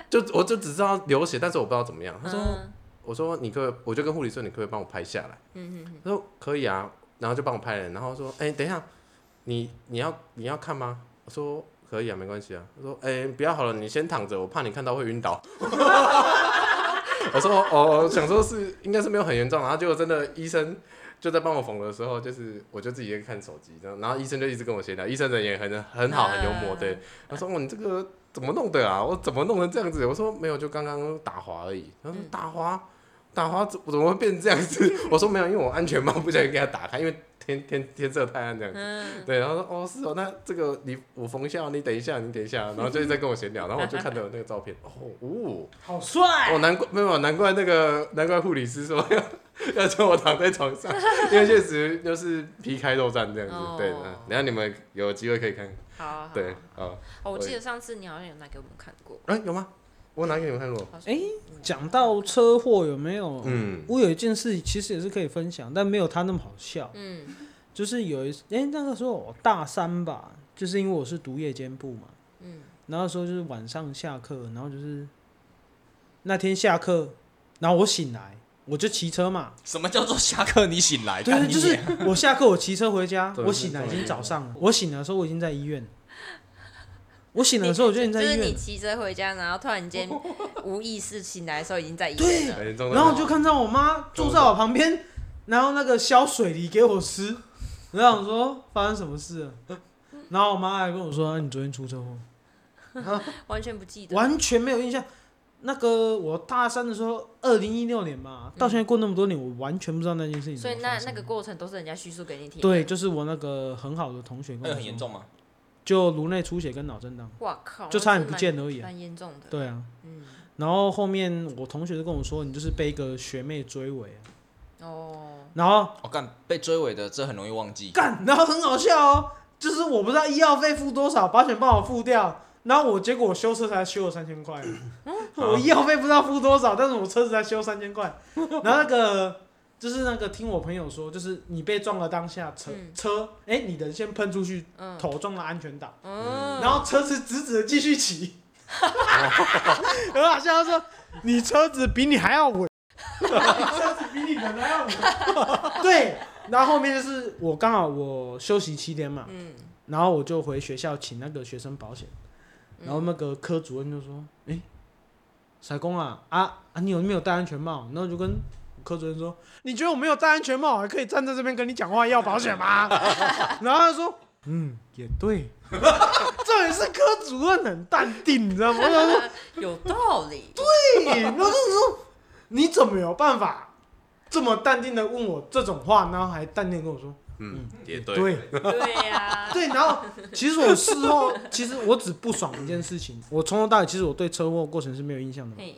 就我就只知道流血，但是我不知道怎么样。他说，
嗯
我说你可不可以我就跟护理说你可不可以帮我拍下来？他说可以啊，然后就帮我拍了，然后说哎、等一下，你你要你要看吗？我说可以啊，没关系啊。他说哎、不要好了，你先躺着，我怕你看到会晕倒。我说哦，想说是应该是没有很严重，然后结果真的医生就在帮我缝的时候，就是我就自己在看手机，然后然后医生就一直跟我闲聊，医生人也很很好，很幽默，对，他说哦你这个怎么弄的啊？我怎么弄成这样子？我说没有，就刚刚打滑而已。他说打滑。打滑怎怎么会变这样子？ <laughs> 我说没有，因为我安全帽不小心给它打开，因为天天天色太暗这样子。
嗯，
对，然后说哦是哦，那这个你我缝一下，你等一下，你等一下，然后就一直在跟我闲聊，然后我就看到有那个照片，哦，哦，
好帅
哦，难怪没有，难怪那个难怪护理师说要 <laughs> 要叫我躺在床上，因为确实就是皮开肉绽这样子。
哦
对，那等一下你们有机会可以看。
好啊，好啊
对，啊、哦，
哦我记得上次你好像有拿给我们看过，
哎、有吗？我拿给你们看过。
好像
哎，讲到车祸有没有？
嗯，
我有一件事其实也是可以分享，但没有他那么好笑。
嗯
就是有一次，哎、那个时候我大三吧，就是因为我是读夜间部嘛，
嗯，
然后那时候就是晚上下课，然后就是那天下课，然后我醒来，我就骑车嘛，
什么叫做下课你醒来？
对，
干你
就是
娘
我下课我骑车回家，
<laughs> 对
我醒来已经早上了，我醒来的时候我已经在医院了，我醒来的时候我就已经
就
在医
是
院
你
了，
骑车回家，然后突然间无意识醒来的时候已经在医
对
院了。
很严重的。
嗯然后
哦
我就看到我妈坐在我旁边，然后那个削水梨给我吃，然后我说发生什么事了，然后我妈还跟我说、啊你昨天出车祸。
完全不记得。
完全没有印象。那个我大三的时候，二零一六年嘛，到现在过那么多年，我完全不知道那件事情
嗯所
怎么
以
发生。
那那个过程都是人家叙述给你听。
对，，就是我那个很好的同学跟
那有
我说
很严，重吗？
就颅内出血跟脑震荡，
哇靠，
就差点不见而
那
已、
是蛮
啊。
蛮严重的。
对啊，
嗯，
然后后面我同学就跟我说，你就是被一个学妹追尾、啊，
哦，
然后
我干被追尾的，这很容易忘记。
干，然后很好笑哦，就是我不知道医药费付多少，保险帮我付掉。然后我结果我修车才修了三千块，
嗯
我医药费不知道付多少，但是我车子才修三
<laughs>
千块。然后那个就是那个听我朋友说，就是你被撞了当下车、
嗯
车，哎、你人先喷出去，
嗯，
头撞了安全岛，
嗯，
然后车子直直的继续骑， <laughs> 很好笑。他说你车子比你还要稳，你车子比你人还要稳。 <laughs> 对，然后后面就是我刚好我休息七天嘛，
嗯，
然后我就回学校请那个学生保险，然后那个科主任就说：“哎、傻工啊啊啊，你有没有戴安全帽？”然后我就跟科主任说：“你觉得我没有戴安全帽，还可以站在这边跟你讲话要保险吗？” <laughs> 然后他说：“嗯，也对。”重点是科主任很淡定，你知道吗？我想说， <laughs>
有道理。
对，然后就说你怎么有办法这么淡定的问我这种话，然后还淡定地跟我说，
嗯，也
也
对，
对，
对呀，
对，然后其实我事后，其实我只不爽一件事情，我从头到尾其实我对车祸过程是没有印象的嘛，
嘿，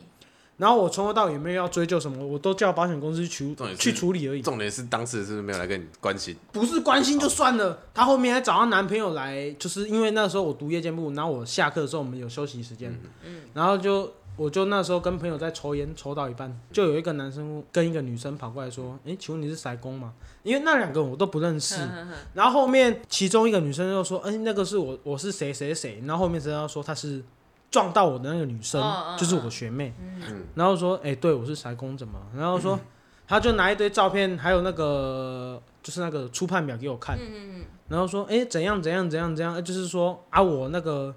然后我从头到尾也没有要追究什么，我都叫保险公司去
重点是
去处理而已，
重点是当事人是不是没有来跟你关心？
不是关心就算了。她后面还找她男朋友来，就是因为那时候我读夜间部，然后我下课的时候我们有休息时间，然后就我就那时候跟朋友在抽烟，抽到一半，就有一个男生跟一个女生跑过来说：“诶，请问你是塞工吗？”因为那两个我都不认识，
嗯
然后后面其中一个女生又说：“哎、那个是我，我是谁谁谁。”然后后面谁要说她是撞到我的那个女生，
嗯嗯
就是我学妹。
嗯
然后说：“哎、对，我是柴工怎么？”然后说，
嗯
他就拿一堆照片，还有那个就是那个初判表给我看。
嗯
然后说：“哎、怎样怎样怎样怎样？呃就是说啊，我那个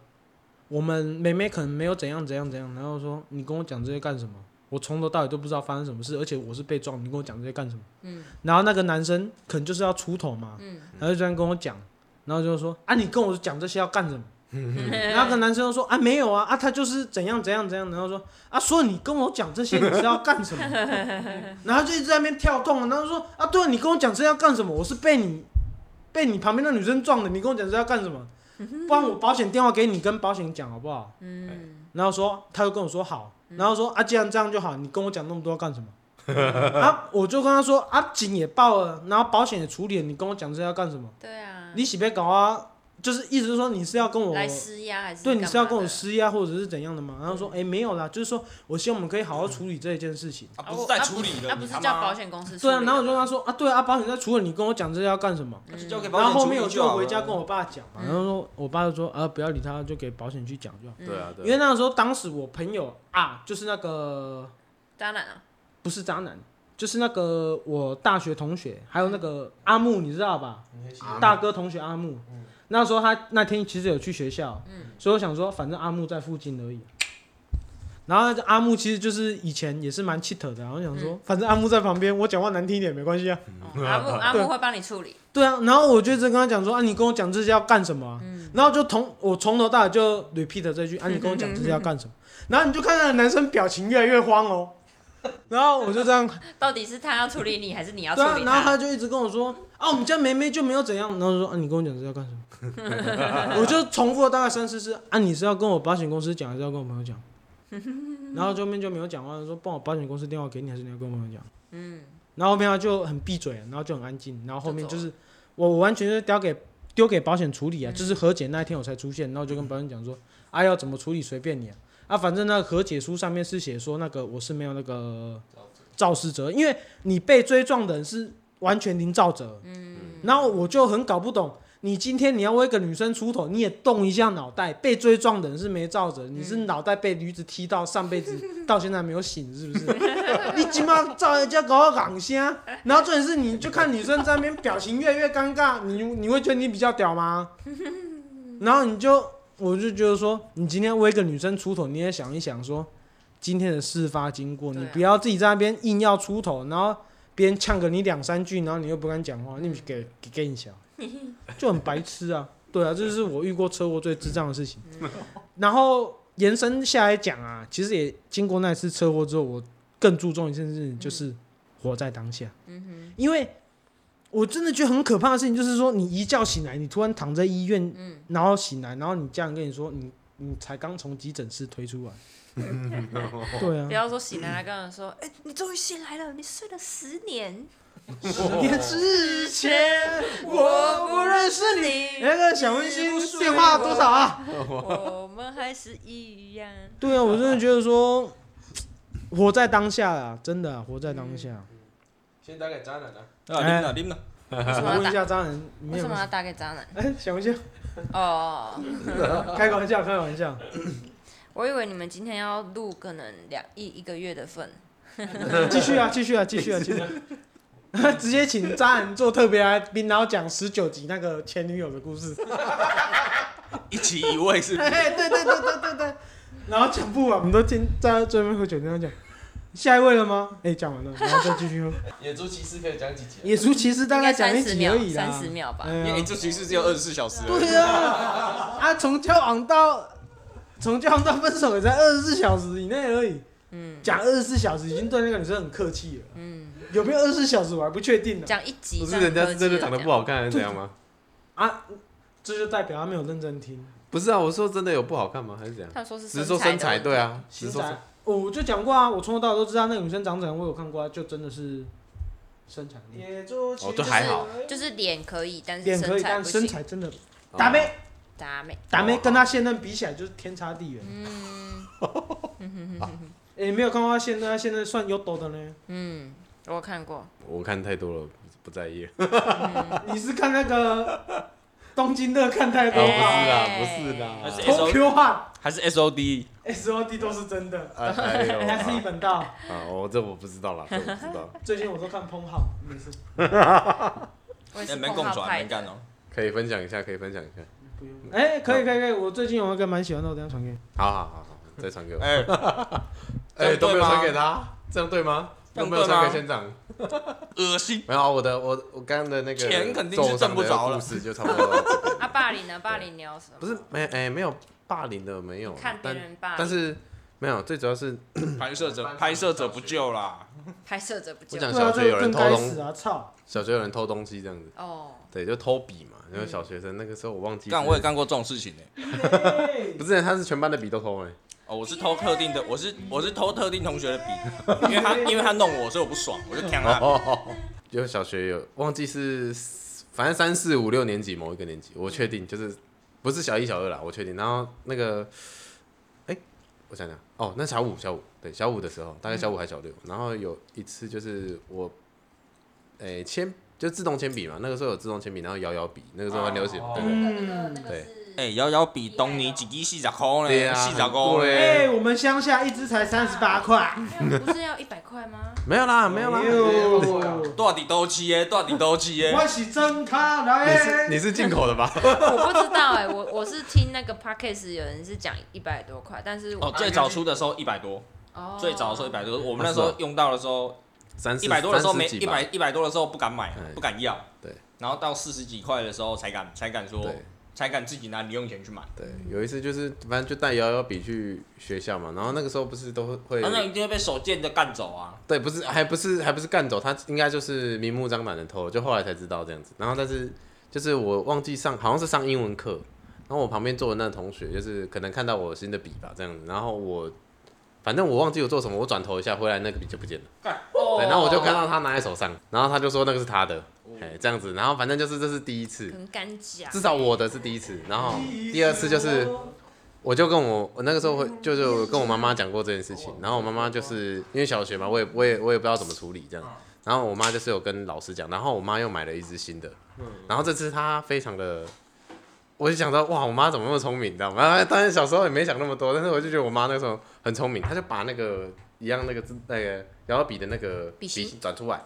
我们妹妹可能没有怎样怎样怎样。”然后说：“你跟我讲这些干什么？我从头到尾都不知道发生什么事，而且我是被撞，你跟我讲这些干什么？”
嗯
然后那个男生可能就是要出头嘛，
嗯
然后就这样跟我讲，然后就说啊，你跟我讲这些要干什么？
<laughs>
然后嗯那个男生就说啊，没有啊，啊，他就是怎样怎样怎样，然后说啊，所以你跟我讲这些你是要
<laughs>
干什么？然后就一直在那边跳动，然后说啊，对啊，你跟我讲这要干什么？我是被你被你旁边那女生撞的，你跟我讲这要干什么？不然我保险电话给你，跟保险讲好不好？
嗯，
然后说，他就跟我说好，然后说啊，既然这样就好，你跟我讲那么多干什么？
<laughs>
啊，我就跟他说啊，警也报了，然后保险也处理了，你跟我讲这要干什么？
对啊，
你洗别搞啊，就是意思是说你是要跟我
来施压还是
对，你是要跟我
施
施压或者是怎样的嘛？然后说哎、没有啦，就是说我希望我们可以好好处理这一件事情。
啊，不是在处理的，
那
你
哦不是
他
叫
妈
保险公司处
对
理
啊
的，吗？
然后我就跟他说啊，对啊，保险在除了你跟我讲这要干什么？
那就
嗯
交给保
然
险
后后
处理
面我
就
就
好
回家
了
跟我爸讲嘛，然后说我爸就说啊，不要理他，就给保险去讲就好。
对啊，
因
对
为
啊，
那个时候当时我朋友啊，就是那个
当然啊，
不是渣男，就是那个我大学同学，还有那个阿木，你知道吧？大哥同学阿木。那时候他那天其实有去学校，所以我想说，反正阿木在附近而已。然后阿木其实就是以前也是蛮 c h 的，然后想说，反正阿木在旁边，我讲话难听一点也没关系啊。
嗯
哦阿
<laughs>
木阿木会帮你处理，
对啊，然后我就一直跟他讲说啊，你跟我讲这些要干什么、啊？然后就从我从头到尾就 repeat 这句啊，你跟我讲这些要干什么？然后你就看那个男生表情越来越慌哦，然后我就这样，
到底是他要处理你，还是你要处
对啊，
理
然后
他？
他就一直跟我说啊，我们家梅梅就没有怎样，然后我就说啊，你跟我讲这要干什么？ <laughs> 我就重复了大概三四次啊，你是要跟我保险公司讲，还是要跟我朋友讲？然后后面就没有讲话，说帮我保险公司电话给你，还是你要跟我朋友讲？
嗯，
然后后面他就很闭嘴，然后就很安静，然后后面就
就是
我我完全是丢给丢给保险处理啊，就是和解那一天我才出现，然后就跟保险讲说，啊要怎么处理随便你啊，啊反正那个和解书上面是写说那个我是没有那个肇事责任，因为你被追撞的人是完全零肇责，嗯，然后我就很搞不懂。你今天你要为一个女生出头，你也动一下脑袋。被追撞的人是没照着，你是脑袋被驴子踢到，上辈子到现在没有醒，是不是？ <laughs> 你起码照人家搞我港声，然后重点是你就看女生在那边表情越来越尴尬，你你会觉得你比较
<laughs>
屌吗？然后你就我就觉得说，你今天为一个女生出头，你也想一想说今天的事发经过，
对啊
你不要自己在那边硬要出头，然后别人呛个你两三句，然后你又不敢讲话，
嗯
你不是给给给
<laughs>
你笑，就很白痴啊！对啊，这是我遇过车祸最智障的事情。
嗯
然后延伸下来讲啊，其实也经过那次车祸之后，我更注重一件事情，就是活在当下。嗯哼，因为我真的觉得很可怕的事情，就是说你一觉醒来，你突然躺在医院，
嗯
然后醒来，然后你家人跟你说，你你才刚从急诊室推出来。对啊
不，要说醒来了跟人说，哎，你终于醒来了，你睡了十年，
十年之前我不认识你。那个小温馨电话多少啊？
我们还是一
<laughs>
样。
对啊，我真的觉得说，活在当下啦，真的啊、活在当下。
嗯
先打给渣男啊，
啊，拎了拎了，
为什么
我
要
问一
打？
下张人，你没
为
有
什？么要打给渣男？
哎，想一下，
哦，
开个玩笑，开个玩笑。
我以为你们今天要录可能两一一个月的份。
继续啊，继续啊，
<laughs>
继续啊，继续、啊。直接请渣男做特别来宾，然后讲十九集那个前女友的故事。
<laughs> 一起一位是不是
哎，对对对对对对。然后讲不完，我们都听在专门喝酒，然后讲下一位了吗？哎，讲完了，然后再继
<laughs>
续喝。
野猪骑士可以讲几集啊？
野猪其实大概讲一
三十
集
秒
而，已啦。
三十秒吧。
哎呀
因为这局势只有二十四小时而已，
对啊，啊，从交往到从交往到分手也才二十四小时以内而已。嗯，讲二十四小时已经对那个女生很客气了。
嗯，
有没有二十四小时我还不确定呢。
讲一集
不
上
是人家是真
科技
的
了
长得不
这样，
好看还是怎样吗？
啊，这就代表他没有认真听。
<laughs> 不是啊，我说真的有不好看吗？还是怎样？
他说是
只是说
身
身材，
的问
对啊，只
身
是说
材，哦我就讲过啊，我从头到尾都知道那个女生长怎样，我有看过啊，就真的是身材问题，
哦就还好
题，就是脸可以，但是
脸可
身
以，
材
但
不
身
行。
材真的
哦
达妹
达美，
达妹跟她现任比起来就是天差地远。
嗯
<laughs>
诶，你没有看过她现任，她现任算有抖的呢。
嗯，我看过，
我看太多了，不在意。
你是看那个 <laughs> 东京热看太多
哎
吧
不是啦不是
S O
？Tokyo
啊
Hot
还是 S O D
S O D 都是真的，
啊，还有
哎它 <laughs> 是一本道。
啊，我这我不知道啦，这我不知道，
最近我都看碰好，没事，
我也是
哎，蛮
碰
共
他
转，
派
蛮
的
干。哦。
可以分享一下，可以分享一下。
不用。哎、可以可以可以，我最近有一个蛮喜欢的，我等一下传给你。
好好好好，再传给我。
哎，
哎，都没有传给
他，
他，这样对吗？
这
都
样对吗
没有传给县长。
恶心。
没有啊，我的我我刚刚的那个
钱肯定是挣不着了
故事就差不多到这边。
啊，霸凌呢？霸凌你要什么？
<laughs> 不是没哎没有霸凌的没有，
看别
但
人霸凌，
但是没有，最主要是
拍摄
<laughs>
者，拍摄者不救啦。
拍摄者不救
我讲
对啊，
小
这
学有
个
人
更
偷
该
东
死啊！
<laughs>
操，
小学有人偷东西这样子，
哦，
对，就偷笔嘛，因为小学生那个时候我忘记
嗯
是。
干，我也干过这种事情呢。欸
不是，他是全班的笔都偷哎。
哦，我是偷特定的，我是我是偷特定同学的笔，因为他 <laughs> 因为他弄我，所以我不爽，我就呛他。
<laughs> 哦，有小学有忘记是，反正三四五六年级某一个年级，我确
嗯
定就是不是小一小二啦，我确定。然后那个，哎、我想想，哦，那小五小五对小五的时候，大概小五还小六，
嗯
然后有一次就是我，哎、铅就自动铅笔嘛，那个时候有自动铅笔，然后摇摇笔，那个时候很流行，
哦
对对
嗯，
对
哎，摇摇笔东尼几滴细仔抠
对
呢？
啊
细仔抠呢
很贵？
哎、我们乡下一只才三十八块，哎
没有不是要一百块吗？
没有啦，没有
哎
啦，
呦
多少底都七耶，多少底都七耶。
我是真卡
你
来
是你是进口的吧？
我不知道哎，我我是听那个 podcast 有人是讲一百多块，但是
<laughs>
我，
哦最早出的时候一百多，
哦
最早的时候一百多，我们
啊
那时候
是哦
用到的时候
三四
一百多的时候没
三十几
一
吧
百一百多的时候不敢买
哎，
不敢要。
对。
然后到四十几块的时候才敢才敢说
对，。
才敢自己拿零用钱去买。
对，有一次就是反正就带摇摇笔去学校嘛，然后那个时候不是都会，
啊那那一定会被手贱的干走啊！
对，不是还不是还不是干走，他应该就是明目张胆的偷，就后来才知道这样子。然后但是就是我忘记上，好像是上英文课，然后我旁边坐的那个同学就是可能看到我新的笔吧这样子，然后我反正我忘记我做什么，我转头一下回来那个笔就不见了。
干
对，
哦
然后我就看到他拿在手上，然后他就说那个是他的，哎这样子，然后反正就是这是第一次，
很敢
啊
讲，
至少我的是第一次，然后哦第二次就是。我就跟我我那个时候会
嗯
就是我跟我妈妈讲过这件事情，然后我妈妈就是因为小学嘛，我也我也我也不知道怎么处理这样，然后我妈就是有跟老师讲，然后我妈又买了一支新的，然后这次她非常的，我就想到哇，我妈怎么那么聪明，你知道吗？啊当然小时候也没想那么多，但是我就觉得我妈那时候很聪明，她就把那个一样那个字那个摇摇笔的那个
笔芯
转出来，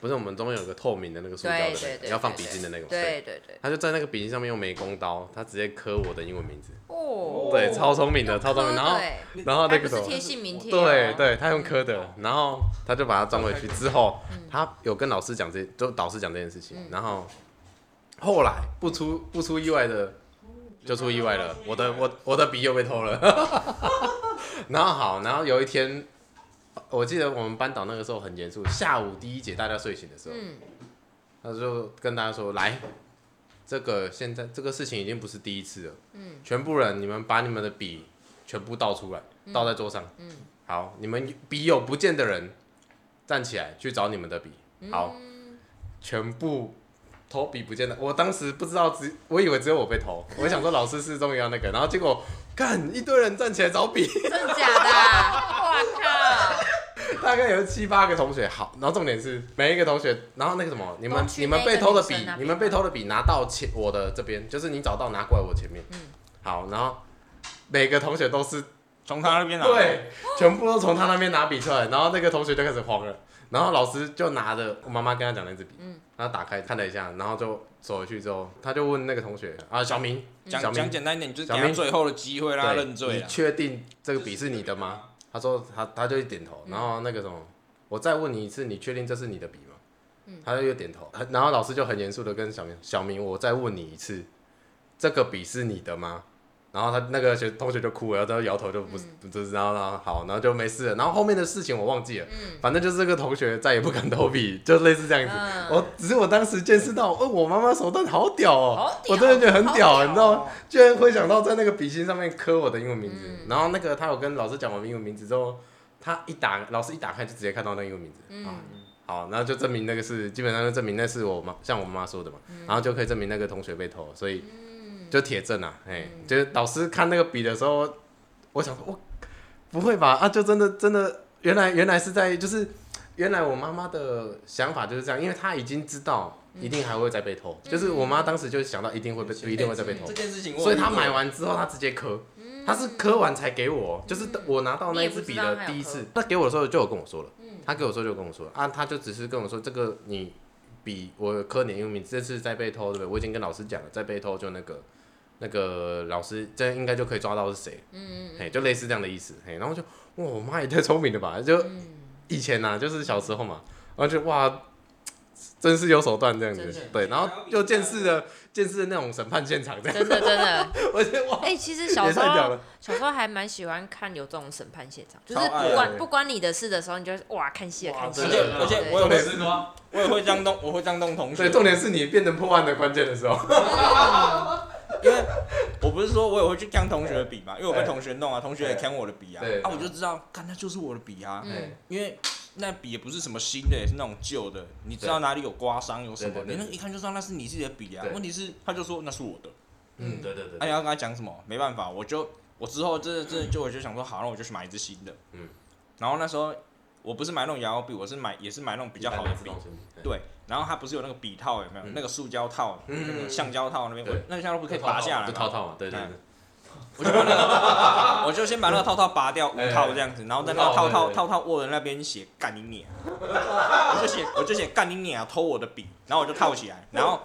不是我们中间有个透明的那个塑胶的
对
那
对
个，
对，
要放
对
笔芯的那个嘛，
对对对，
她就在那个笔芯上面用美工刀，她直接刻我的英文名字。
哦，
对，超聪明的，
用
超聪明。
刻
然后
的，欸
然后那
还
个
不
什
是
么，
贴姓名贴哦，
对对，他用科的，
嗯
然后他就把它装回去之后，他有跟老师讲这，就导师讲这件事
嗯
情。然后后来不出不出意外的，就出意外了，我的我我的笔又被偷了。 <laughs> 然后好，然后有一天，我记得我们班导那个时候很严肃，下午第一节大家睡醒的时候，
嗯，
他就跟大家说：“来，这个现在这个事情已经不是第一次了，
嗯，
全部人你们把你们的笔全部倒出来，倒在桌上，
嗯
好，你们笔有不见的人站起来去找你们的笔，好，
嗯，
全部偷笔不见的。我当时不知道只，我以为只有我被偷，我想说老师是终于要那个，然后结果干一堆人站起来找笔， <laughs>
真的假的啊？哇
大概有七八个同学，好，然后重点是每一个同学，然后那个什么，你们
都哦去
你们被偷的
那个
笔
女生那，边
你们被偷的笔拿到前我的这边，就是你找到拿过来我前面，
嗯
好，然后每个同学都是
从他那边拿。，啊
对，全部都从他那边拿笔出来，然后那个同学就开始慌了，然后老师就拿着我妈妈跟他讲那支笔，
嗯
然后打开看了一下，然后就走回去之后，他就问那个同学啊，小明，小
讲
明
讲，简单一点，就是
小
给他
明
最后的机会让他
对
认罪
你
啊。
确定这个笔是你的吗？？他说他他就一点头，
嗯
然后那个什么，我再问你一次，你确定这是你的笔吗？
嗯
他就又点头，然后老师就很严肃的跟小明小明，我再问你一次，这个笔是你的吗？然后他那个学同学就哭了，然后他摇头就不、不知道，然后好，然后就没事了。然后后面的事情我忘记了，
嗯
<laughs> 反正就是这个同学再也不敢投笔，就类似这样子。
嗯
我只是我当时见识到，哦，我妈妈手段好屌哦，
好屌
我真的觉得很
好屌哦
你知道吗？居然会想到在那个笔芯上面刻我的英文名字。
嗯
然后那个他有跟老师讲我英文名字之后，他一打老师一打开就直接看到那个英文名字，
嗯
啊，好，那就证明那个是基本上就证明那是我妈像我妈说的嘛，
嗯
然后就可以证明那个同学被偷，所以就铁证啊，哎、
嗯
就是老师看那个笔的时候，我想说我不会吧啊，就真的真的原来原来是在就是原来我妈妈的想法就是这样，因为她已经知道
嗯
一定还会再被偷，就是我妈当时就想到一定会被一定会再被偷
嗯
这，件事情我有遇过，
所以她买完之后，她直接磕，她是磕完才给我，就是我拿到那一支笔的第一
嗯你也不知道她有
次
磕，
她给我的时候就有跟我说了，
嗯
她给我的时候就跟我说啊，她就只是跟我说这个你笔我磕你的英文名，这次再被偷对不对？我已经跟老师讲了，再被偷就那个那个老师这应该就可以抓到是谁，嗯，嘿，就类似这样的意思，嘿，然后就哇，我妈也太聪明了吧，就
嗯
以前呐、就是小时候嘛，然后就哇。真是有手段这样
真
子
的，
对，然后又见识了见识了那种审判现场这样，
真的真的，
<laughs> 我觉得哇，
哎、其实小
也
时
太屌
候
了
小时候还蛮喜欢看有这种审判现场，就是
超爱
不
的
管不关你的事的时候，你就哇看戏了看戏
而
了，
且
真的
而且
对
我也会
吃瓜，
我也会这样弄，我会这样弄同
对，
学，
重点是你变成破案的关键的时候。
因为我不是说我也会去呛同学的笔嘛，因为我被
对
同学弄啊，同学也呛我的笔啊
对，
啊我就知道，看那就是我的笔啊，
嗯
因为那笔也不是什么新的，也是那种旧的，你知道哪里有刮伤有什么
对，
你
对对
那一看就知道那是你自己的笔啊
对。
问题是他就说那是我的，
嗯，对对
那、哎你要跟他讲什么？没办法，我就我之后真的真的就我就想说好，那我就去买一支新的。
嗯，
然后那时候我不是买那种摇摇笔，我是买也是买那种嗯比较好的
哎
笔。
对，
对，然后它不是有那个笔套有没有？
嗯
那个塑胶套、
嗯
那个橡胶套那边，
对
我那个橡胶不是可以拔下来
就
吗
套？套嘛，嗯对对
哎
对，
<laughs> 我就把那个，我就先把那个套套拔掉，五
哎哎
套这样子，然后在那
五
个
套
套套
对对
套套握的那边写干你娘，我就写我就写干你娘偷我的笔，然后我就套起来，然后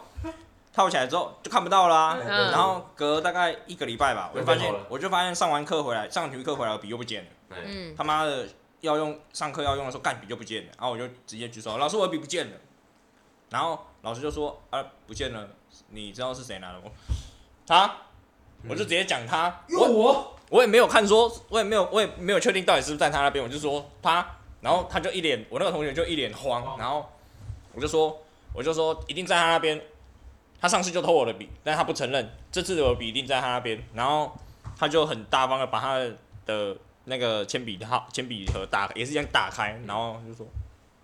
套起来之后就看不到啦、
嗯
然后隔大概一个礼拜吧，我就发现
又被偷了
我就发现上完课回来，上体育课回来我笔又不见了，
哎，
嗯，
他妈的要用上课要用的时候干笔就不见了，然后我就直接举手，老师我的笔不见了，然后老师就说啊不见了，你知道是谁拿的吗？他，我就直接讲他，
因
我
为我
我也没有看说，我也没有，我也没有确定到底是不是在他那边，我就说他，然后他就一脸，我那个同学就一脸慌，然后我就说，我就说一定在他那边，他上次就偷我的笔，但他不承认，这次我的笔一定在他那边，然后他就很大方的把他的那个铅笔套、铅笔盒打，也是一样打开，然后就说，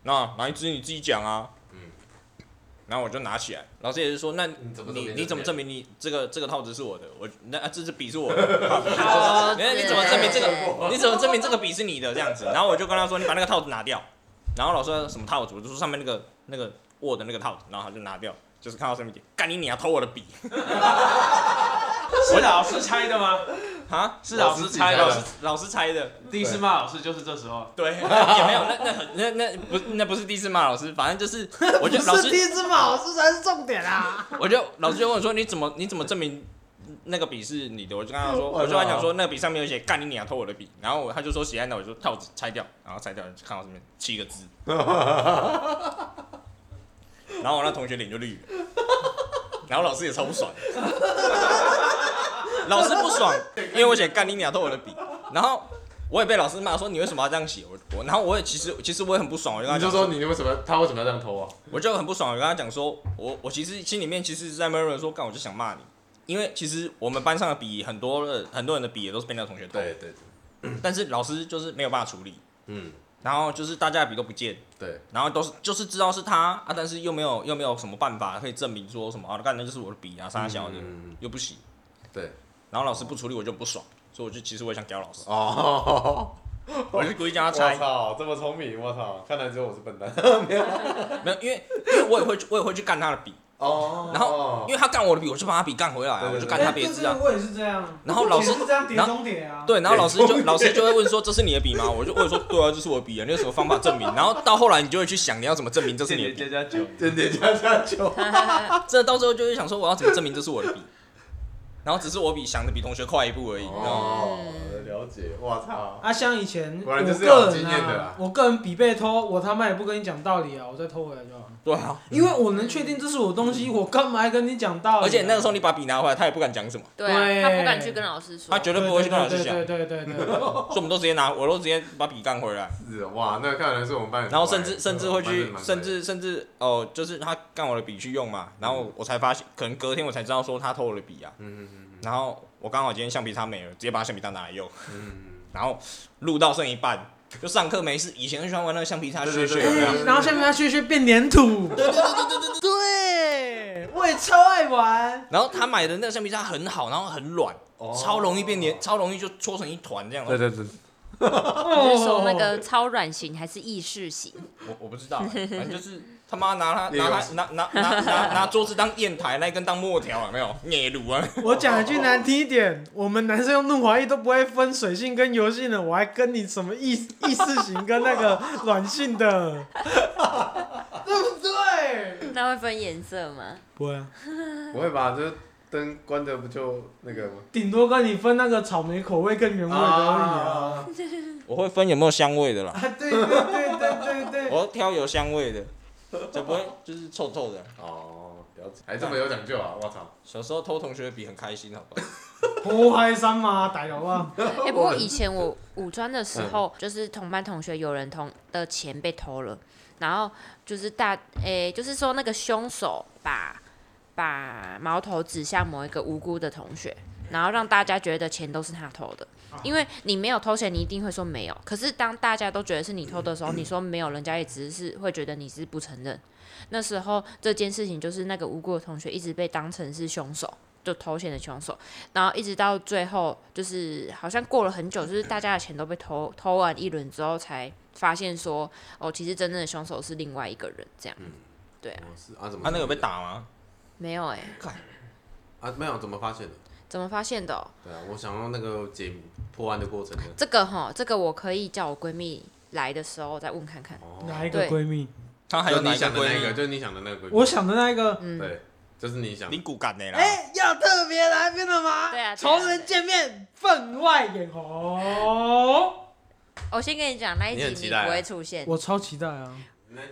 那哪一支你自己讲啊，
嗯
嗯，然后我就拿起来，老师也是说，那
你怎么
你
明
你怎么证明你这个这个套子是我的？我那、啊、这支笔是我的，
哦
哎你怎么证明这个？你怎么证明这个笔是你的这样子？然后我就跟他说，你把那个套子拿掉。然后老师说什么套子？我就说上面那个那个握的那个套子，然后他就拿掉，就是看到上面写干你你要偷我的笔
是老师猜的吗？
啊！
是老师猜
老
的
师，老师猜的，
第一次骂老师就是这时候。
<laughs> 对，也没有，那那很那那不那不是第一次骂老师，反正 <laughs> 就是，我就老
不是
师
第一只马，老师才是重点啊！
<laughs> 我就老师就问我说：“你怎么你怎么证明那个笔是你的？”我就跟他说，
哇
我就跟他讲说那个笔上面有写“干你娘偷我的笔”，然后我他就说写在那，我就套子拆掉，然后拆掉就看到上面七个 <laughs> 字，然后我那同学脸就绿了，然后老师也超不爽，老师不爽，因为我写“干你娘偷我的笔”，然后我也被老师骂说你为什么要这样写我我，然后我也其实其实我也很不爽，我就跟他
你
讲
就
说
说你为什么他为什么要这样偷啊？
我就很不爽，我跟他讲说，我我其实心里面其实是在 m u r 说，干我就想骂你，因为其实我们班上的笔很多人很多人的笔也都是被那个同学偷，
对对对，
但是老师就是没有办法处理，
嗯，
然后就是大家的笔都不见，
对，
然后都是就是知道是他啊，但是又没有又没有什么办法可以证明说什么啊，干那就是我的笔啊，傻小的、
嗯嗯嗯
又不行，
对，
然后老师不处理我就不爽，所以我就其实我也想屌老师，
哦，
我就故意叫 <laughs> 他
我
拆，
操，这么聪明，我操，看来只有我是笨蛋。
没有，因为因为我也会去我也会去干他的笔，
哦
然后因为他干我的笔，我就把他笔干回来啊，
对对
我就
对
干他别
哎
字
对
啊
对。我也是这样。
然后老师
我也是这样叠
然后
中叠啊。
对，然后老师
<laughs> 对
就老师就会问说：“这是你的笔吗？”我就我就说：“对啊，这是我的笔啊，你有什么方法证明？”然后到后来你就会去想你要怎么证明这是你的笔，
加酒，
真的加加酒，
真的到最后就会想说我要怎么证明这是我的笔，然后只是我比想的比同学快一步而已，你知道吗？
哦，了解，我操！
啊，像以前
果
我
然就是要有
个人
经验的
啊
啦，
我个人比被偷，我他妈也不跟你讲道理啊，我再偷回来就好了，
对啊，
因为我能确定这是我东西，我干嘛还跟你讲道理啊？
而且那个时候你把笔拿回来，他也不敢讲
哦
什么，
对啊，
对
他不敢去跟老师说
他。绝对不会去跟老师讲，
对对对对对对对，
所以我们都直接拿，我都直接把笔干回来，
是哦哇，那看来是我们班很乖，
然后甚至甚至会去
我们，班真
甚
的蛮乖的
至甚至哦，就是他干我的笔去用嘛，然后我才发现，可能隔天我才知道说他偷我的笔啊，
嗯嗯嗯
然后我刚好今天橡皮擦没了，直接把橡皮擦拿来用，
嗯
然后录到剩一半，就上课没事，以前就喜欢玩那个橡皮擦
对
削
对
削，
对
有没有？
然后下面他去去变粘土，对对对对对对，对，我也超爱玩。
然后他买的那个橡皮擦很好，然后很软，
哦
超容易变黏，超容易就搓成一团这样。
对对对，
哦
你是说那
哦
个超软型还是意式型？
我我不知道，反正就是他妈拿他
捏
拿
东
他
西
拿拿拿拿拿桌子当砚台，那一根当墨条有没 <laughs> 有？捏炉啊！
我讲一句难听一点，我们男生用润滑液都不会分水性跟油性的，我还跟你什么意意识型跟那个软性的，
<laughs>
对不对？
那会分颜色吗？
不会啊，
不会吧？就是灯关着不就那个吗？
顶多跟你分那个草莓口味跟原味的而
啊
我会分有没有香味的啦
已，啊。啊，对对对对对对，
我要挑有香味的，才不会就是臭臭的。
哦，了解，还这么有讲究啊！我操，
小时候偷同学的笔很开心，好不好？
红海山嘛，大佬啊，
<laughs> 哎、不过以前我五专的时候，就是同班同学有人同的钱被偷了，然后就是大，哎、就是说那个凶手把把矛头指向某一个无辜的同学，然后让大家觉得钱都是他偷的，因为你没有偷钱，你一定会说没有。可是当大家都觉得是你偷的时候，你说没有，人家也只是会觉得你是不承认。那时候这件事情就是那个无辜的同学一直被当成是凶手，就偷钱的凶手。然后一直到最后，就是好像过了很久，就是大家的钱都被偷偷完一轮之后，才发现说，哦，其实真正的凶手是另外一个人，这样
嗯我是啊，怎么
他那个有被打吗？
没有哎、
啊？没有，怎么发现的？
怎么发现的哦、
对啊，我想要那个解谜破案的过程呢。
这个哈，这个我可以叫我闺蜜来的时候再问看看。
哦
哪一个闺蜜？
他还
就
有
你
哪一个
想的那个，
闺蜜？
就是你想的那个闺蜜。
我想的那个，
嗯，
对，就是你想的
灵骨感的啦。
哎，要特别来宾了吗？
对啊对啊
仇人见面分外眼红。
我先跟你讲，那一
你很
集
期
你
待啊
不会出现，
<laughs> 我超期待啊！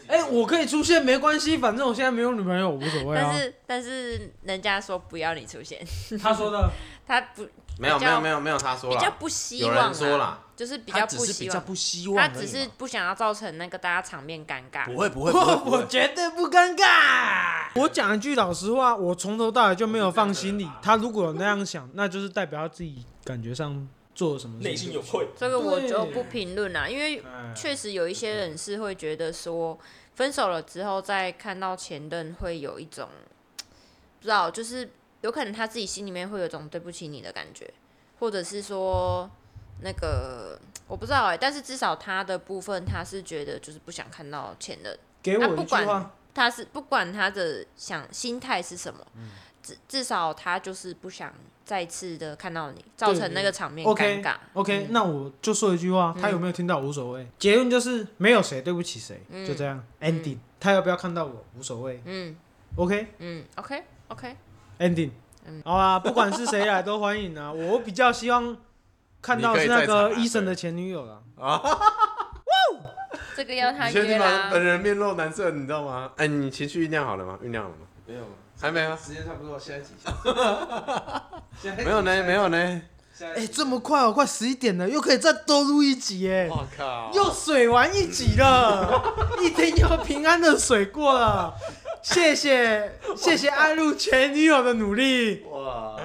哎、
哎
我可以出现没关系，反正我现在没有女朋友，无所谓啊
但。是但是人家说不要你出现， <laughs>
他说的，
他不
没有
比
没
较
有没有没有，他说
比较
了，
不希
有
望、啊
人说，啦，
就是比
他
较
只
不
是
希
比较
望，
不希望而
他
已嘛，
只是不想要造成那个大家场面尴尬。
不会不会不会
我
不
<laughs> 我
会，
绝对不尴尬。我讲一句老实话，我从头到尾就没有放心里。他如果有那样想，那就是代表他自己感觉上做了什么事情
内心有。愧。
这个我就
对
不评论啦，因为
哎
确实有一些人是会觉得说，分手了之后再看到前任，会有一种不知道，就是有可能他自己心里面会有一种对不起你的感觉，或者是说那个我不知道哎、但是至少他的部分，他是觉得就是不想看到前任，
给我
那
一
啊不
句话
管，他是不管他的想心态是什么，至至少他就是不想再次的看到你，造成那个场面尴
OK
尬。
OK，、
嗯
那我就说一句话，他有没有听到无所谓。结论就是没有谁对不起谁，
嗯
就这样
嗯
ending。他要不要看到我无所谓
嗯
，OK
嗯，OK OK。
ending。好啊，不管是谁来都欢迎啊。 <laughs> 我比较希望看到是那
你可以在场
个
啊
医生的
对
前女友啦。
这个要他
你确
约
定吗？
啦。
本人面露难色，你知道吗？哎，你情绪酝酿好了吗？酝酿了吗？
没有，
还没啊，
时间差不多，现在几下？
没有呢，没有呢。
哎、这么快哦，快十一点了，又可以再多录一集哎，
我靠
又水完一集
<laughs>
了，一天又平安的水过了，谢谢谢谢安陆前女友的努力。
哇，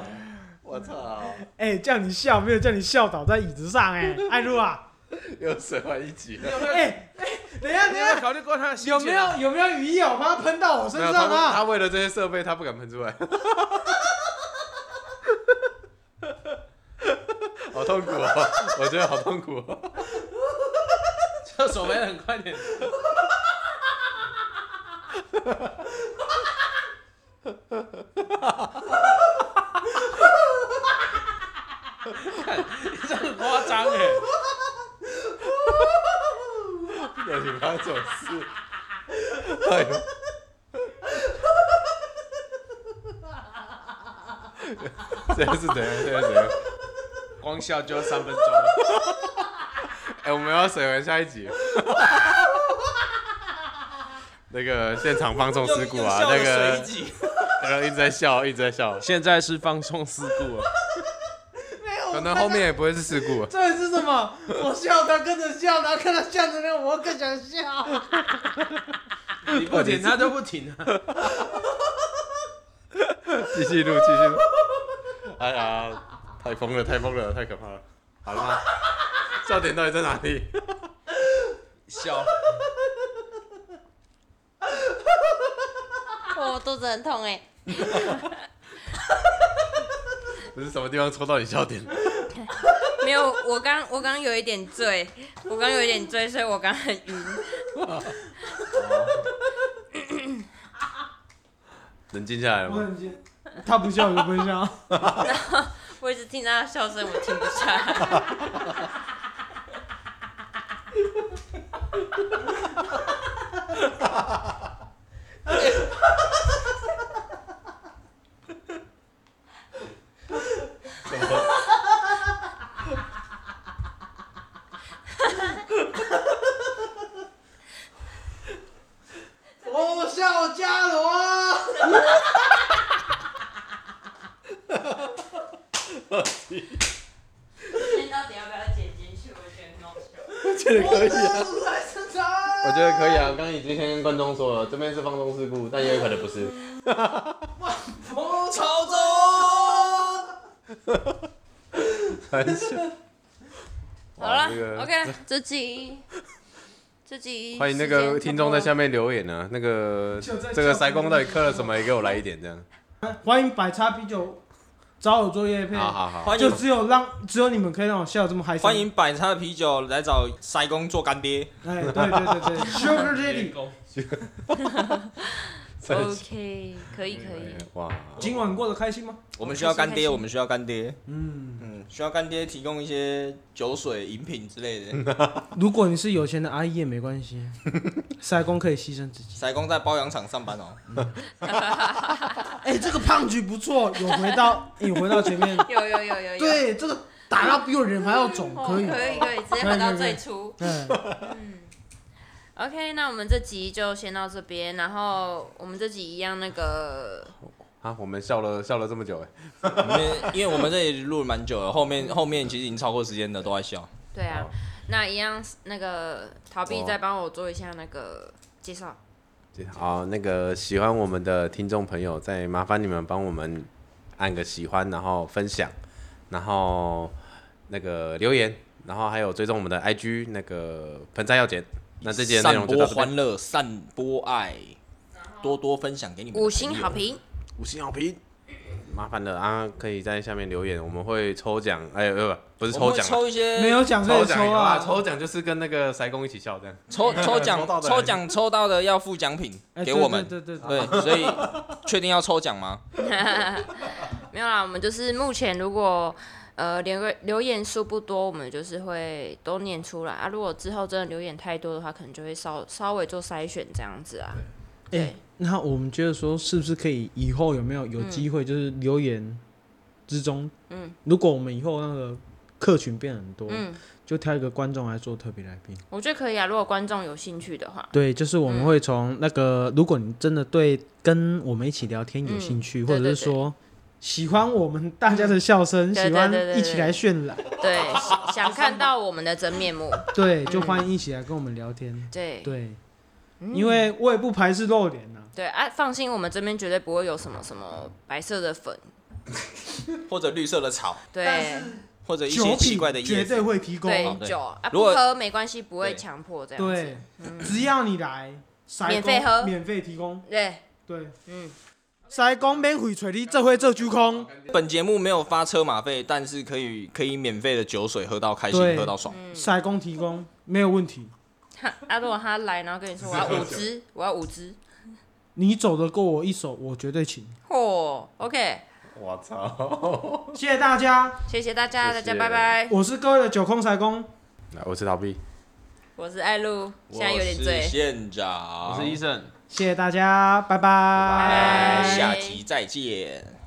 我操，
哎、叫你笑没有叫你笑倒在椅子上哎、安陆
<laughs>
啊，
<laughs> 又水完一集了。
哎、哎、等一下等
你
一
有没有
下，
考虑过他的心
有
情
没
啊？
有有没有鱼友把它喷到我身
没有
上
他他
啊？
为了这些设备，他不敢喷出来。 <laughs> 好痛苦哦，我觉得好痛苦哦。
厕所没人，快点！看，这很夸张哎！
那你发生这种事？哎呦！现在是怎样？现在是怎样？
光笑就要三分钟了。
哎、我们要水完下一集。那个现场放纵事故啊，那个然后一直在笑，一直在笑，
现在是放松事故了，
没有，
可能后面也不会是事故。啊
这是什么？我笑他跟着笑，然后看他笑成那样，我更想笑。
哦你不停他就不停啊。
继续录，继续录。哎呀，太疯了，太疯了，太可怕了。好了吗？笑点到底在哪里？
笑，
哦我肚子很痛哎、
不是什么地方戳到你笑 <laughs> 点？
没有，我刚我刚有一点醉，我刚有一点醉，所以我刚很晕。
冷静下来了
我
吗？
很贱，他不笑我不会笑。
我一直听到他笑声，我停不下来。
我笑伽罗，
今天到底要不要剪进去？我觉得很好笑。
我觉得可以啊，
我在生产。
我觉得可以啊。我刚刚已经先跟观众说了，这边是放纵事故，但也有可能不是。
我潮州。
很小
好了、
哇这个
o k 这集这集
<laughs> 欢迎那个听众在下
面。
面留言啊，那个
就在
这个塞工到底刻了什么？也给我来一点这样。
<laughs> 欢迎百叉啤酒找我做夜配，
好好好，
欢
就
迎
只有让只有你们可以让我笑这么嗨。
欢迎，百叉啤酒来找塞工做干爹。
哎，对对
<laughs>
对对，Sugar
练
Daddy，
功
再见
OK，可以可以。
哇，
今晚过得开心吗？
我们需要干
开心开
爹，
心
我们需要干爹，
嗯，
嗯，需要干爹提供一些酒水、饮品之类 <laughs> 的。
如果你是有钱的阿姨也没关
<laughs>
系，塞工可以牺牲自己。
塞工在包养厂上班哦，
哎，这个胖橘不错，有回到有回到前面，
有有有有有。
<laughs> 对，这个打到比我人还要肿，
哦，
可以。
可以可以，直接回到最初。
嗯，
OK，那我们这集就先到这边，然后我们这集一样那个，
啊，我们笑了笑了这么久哎，
我们因为我们这里录了蛮久了，后面后面其实已经超过时间了，都在笑。
对啊
哦
好，
那一样那个逃避
啊
哦
再帮我做一下那个介绍。
好，那个喜欢我们的听众朋友，再麻烦你们帮我们按个喜欢，然后分享，然后那个留言，然后还有追踪我们的 IG 那个盆栽要剪。那这节内
散
容就
播
到这边，
欢乐，散播爱，多多分享给你们的
五星
朋友
好，评，
五星好评，麻烦了啊！可以在下面留言，我们会抽奖，哎，不不是
我们会
抽奖啊，
抽一些
没有奖可以抽
抽奖有啊，
啊，
抽奖就是跟那个塞工一起笑这样。
抽抽奖
<laughs> 抽到的
抽奖抽到的要付奖品
哎
给
对
我们，
对对对对，
对，所以确定要抽奖吗？
没有啦，我们就是目前如果呃留个留言数不多，我们就是会都念出来啊。如果之后真的留言太多的话，可能就会稍稍微做筛选这样子啊。对
哎，那我们觉得说，是不是可以以后有没有有机会，就是留言之中，
嗯，
如果我们以后那个客群变很
哦
多，
嗯，
就挑一个观众来做特别来宾。
我觉得可以啊，如果观众有兴趣
<laughs>
的话。
对，就是我们
嗯
会从那个，如果你真的对跟我们一起聊天有兴趣，
嗯
或者
对对
是说喜欢我们大家的笑声，
对
喜欢
对对对嗯
一起来渲染，
对，想想看到我们的真面目。
对，就欢迎一起来跟我们聊天。
对
对，
嗯
因为我也不排斥露脸呐、
对啊，放心，我们这边绝对不会有什么什么白色的粉，
或者绿色的草，
对
或者一
酒
些奇
品
怪的
绝
叶子，
对会提供，
对
哦对
酒啊，不
如果
喝没关系，不会
对
强迫这样子
对。，只要你来，塞
嗯免
工
费喝
免费提供，
对，
对，
嗯，
塞工免费找你，这回这鞠躬，
本节目没有发车马费，但是可以可以免费的酒水喝到开
对
心，喝到爽。
嗯
塞工提供没有问题，
他啊，如果他来，然后跟你说我要五支，我要五支，
你走得过我一手，我绝对请。
嚯，OK，
我操！
谢谢大家，
谢谢大家，
谢
大家
谢
拜拜。
我是各位的九空塞工。
<laughs> 来，我是逃避。
我是艾露，现在有点
我是
醉，
县长，
我是医生。
谢谢大家，拜拜
拜
下期再见。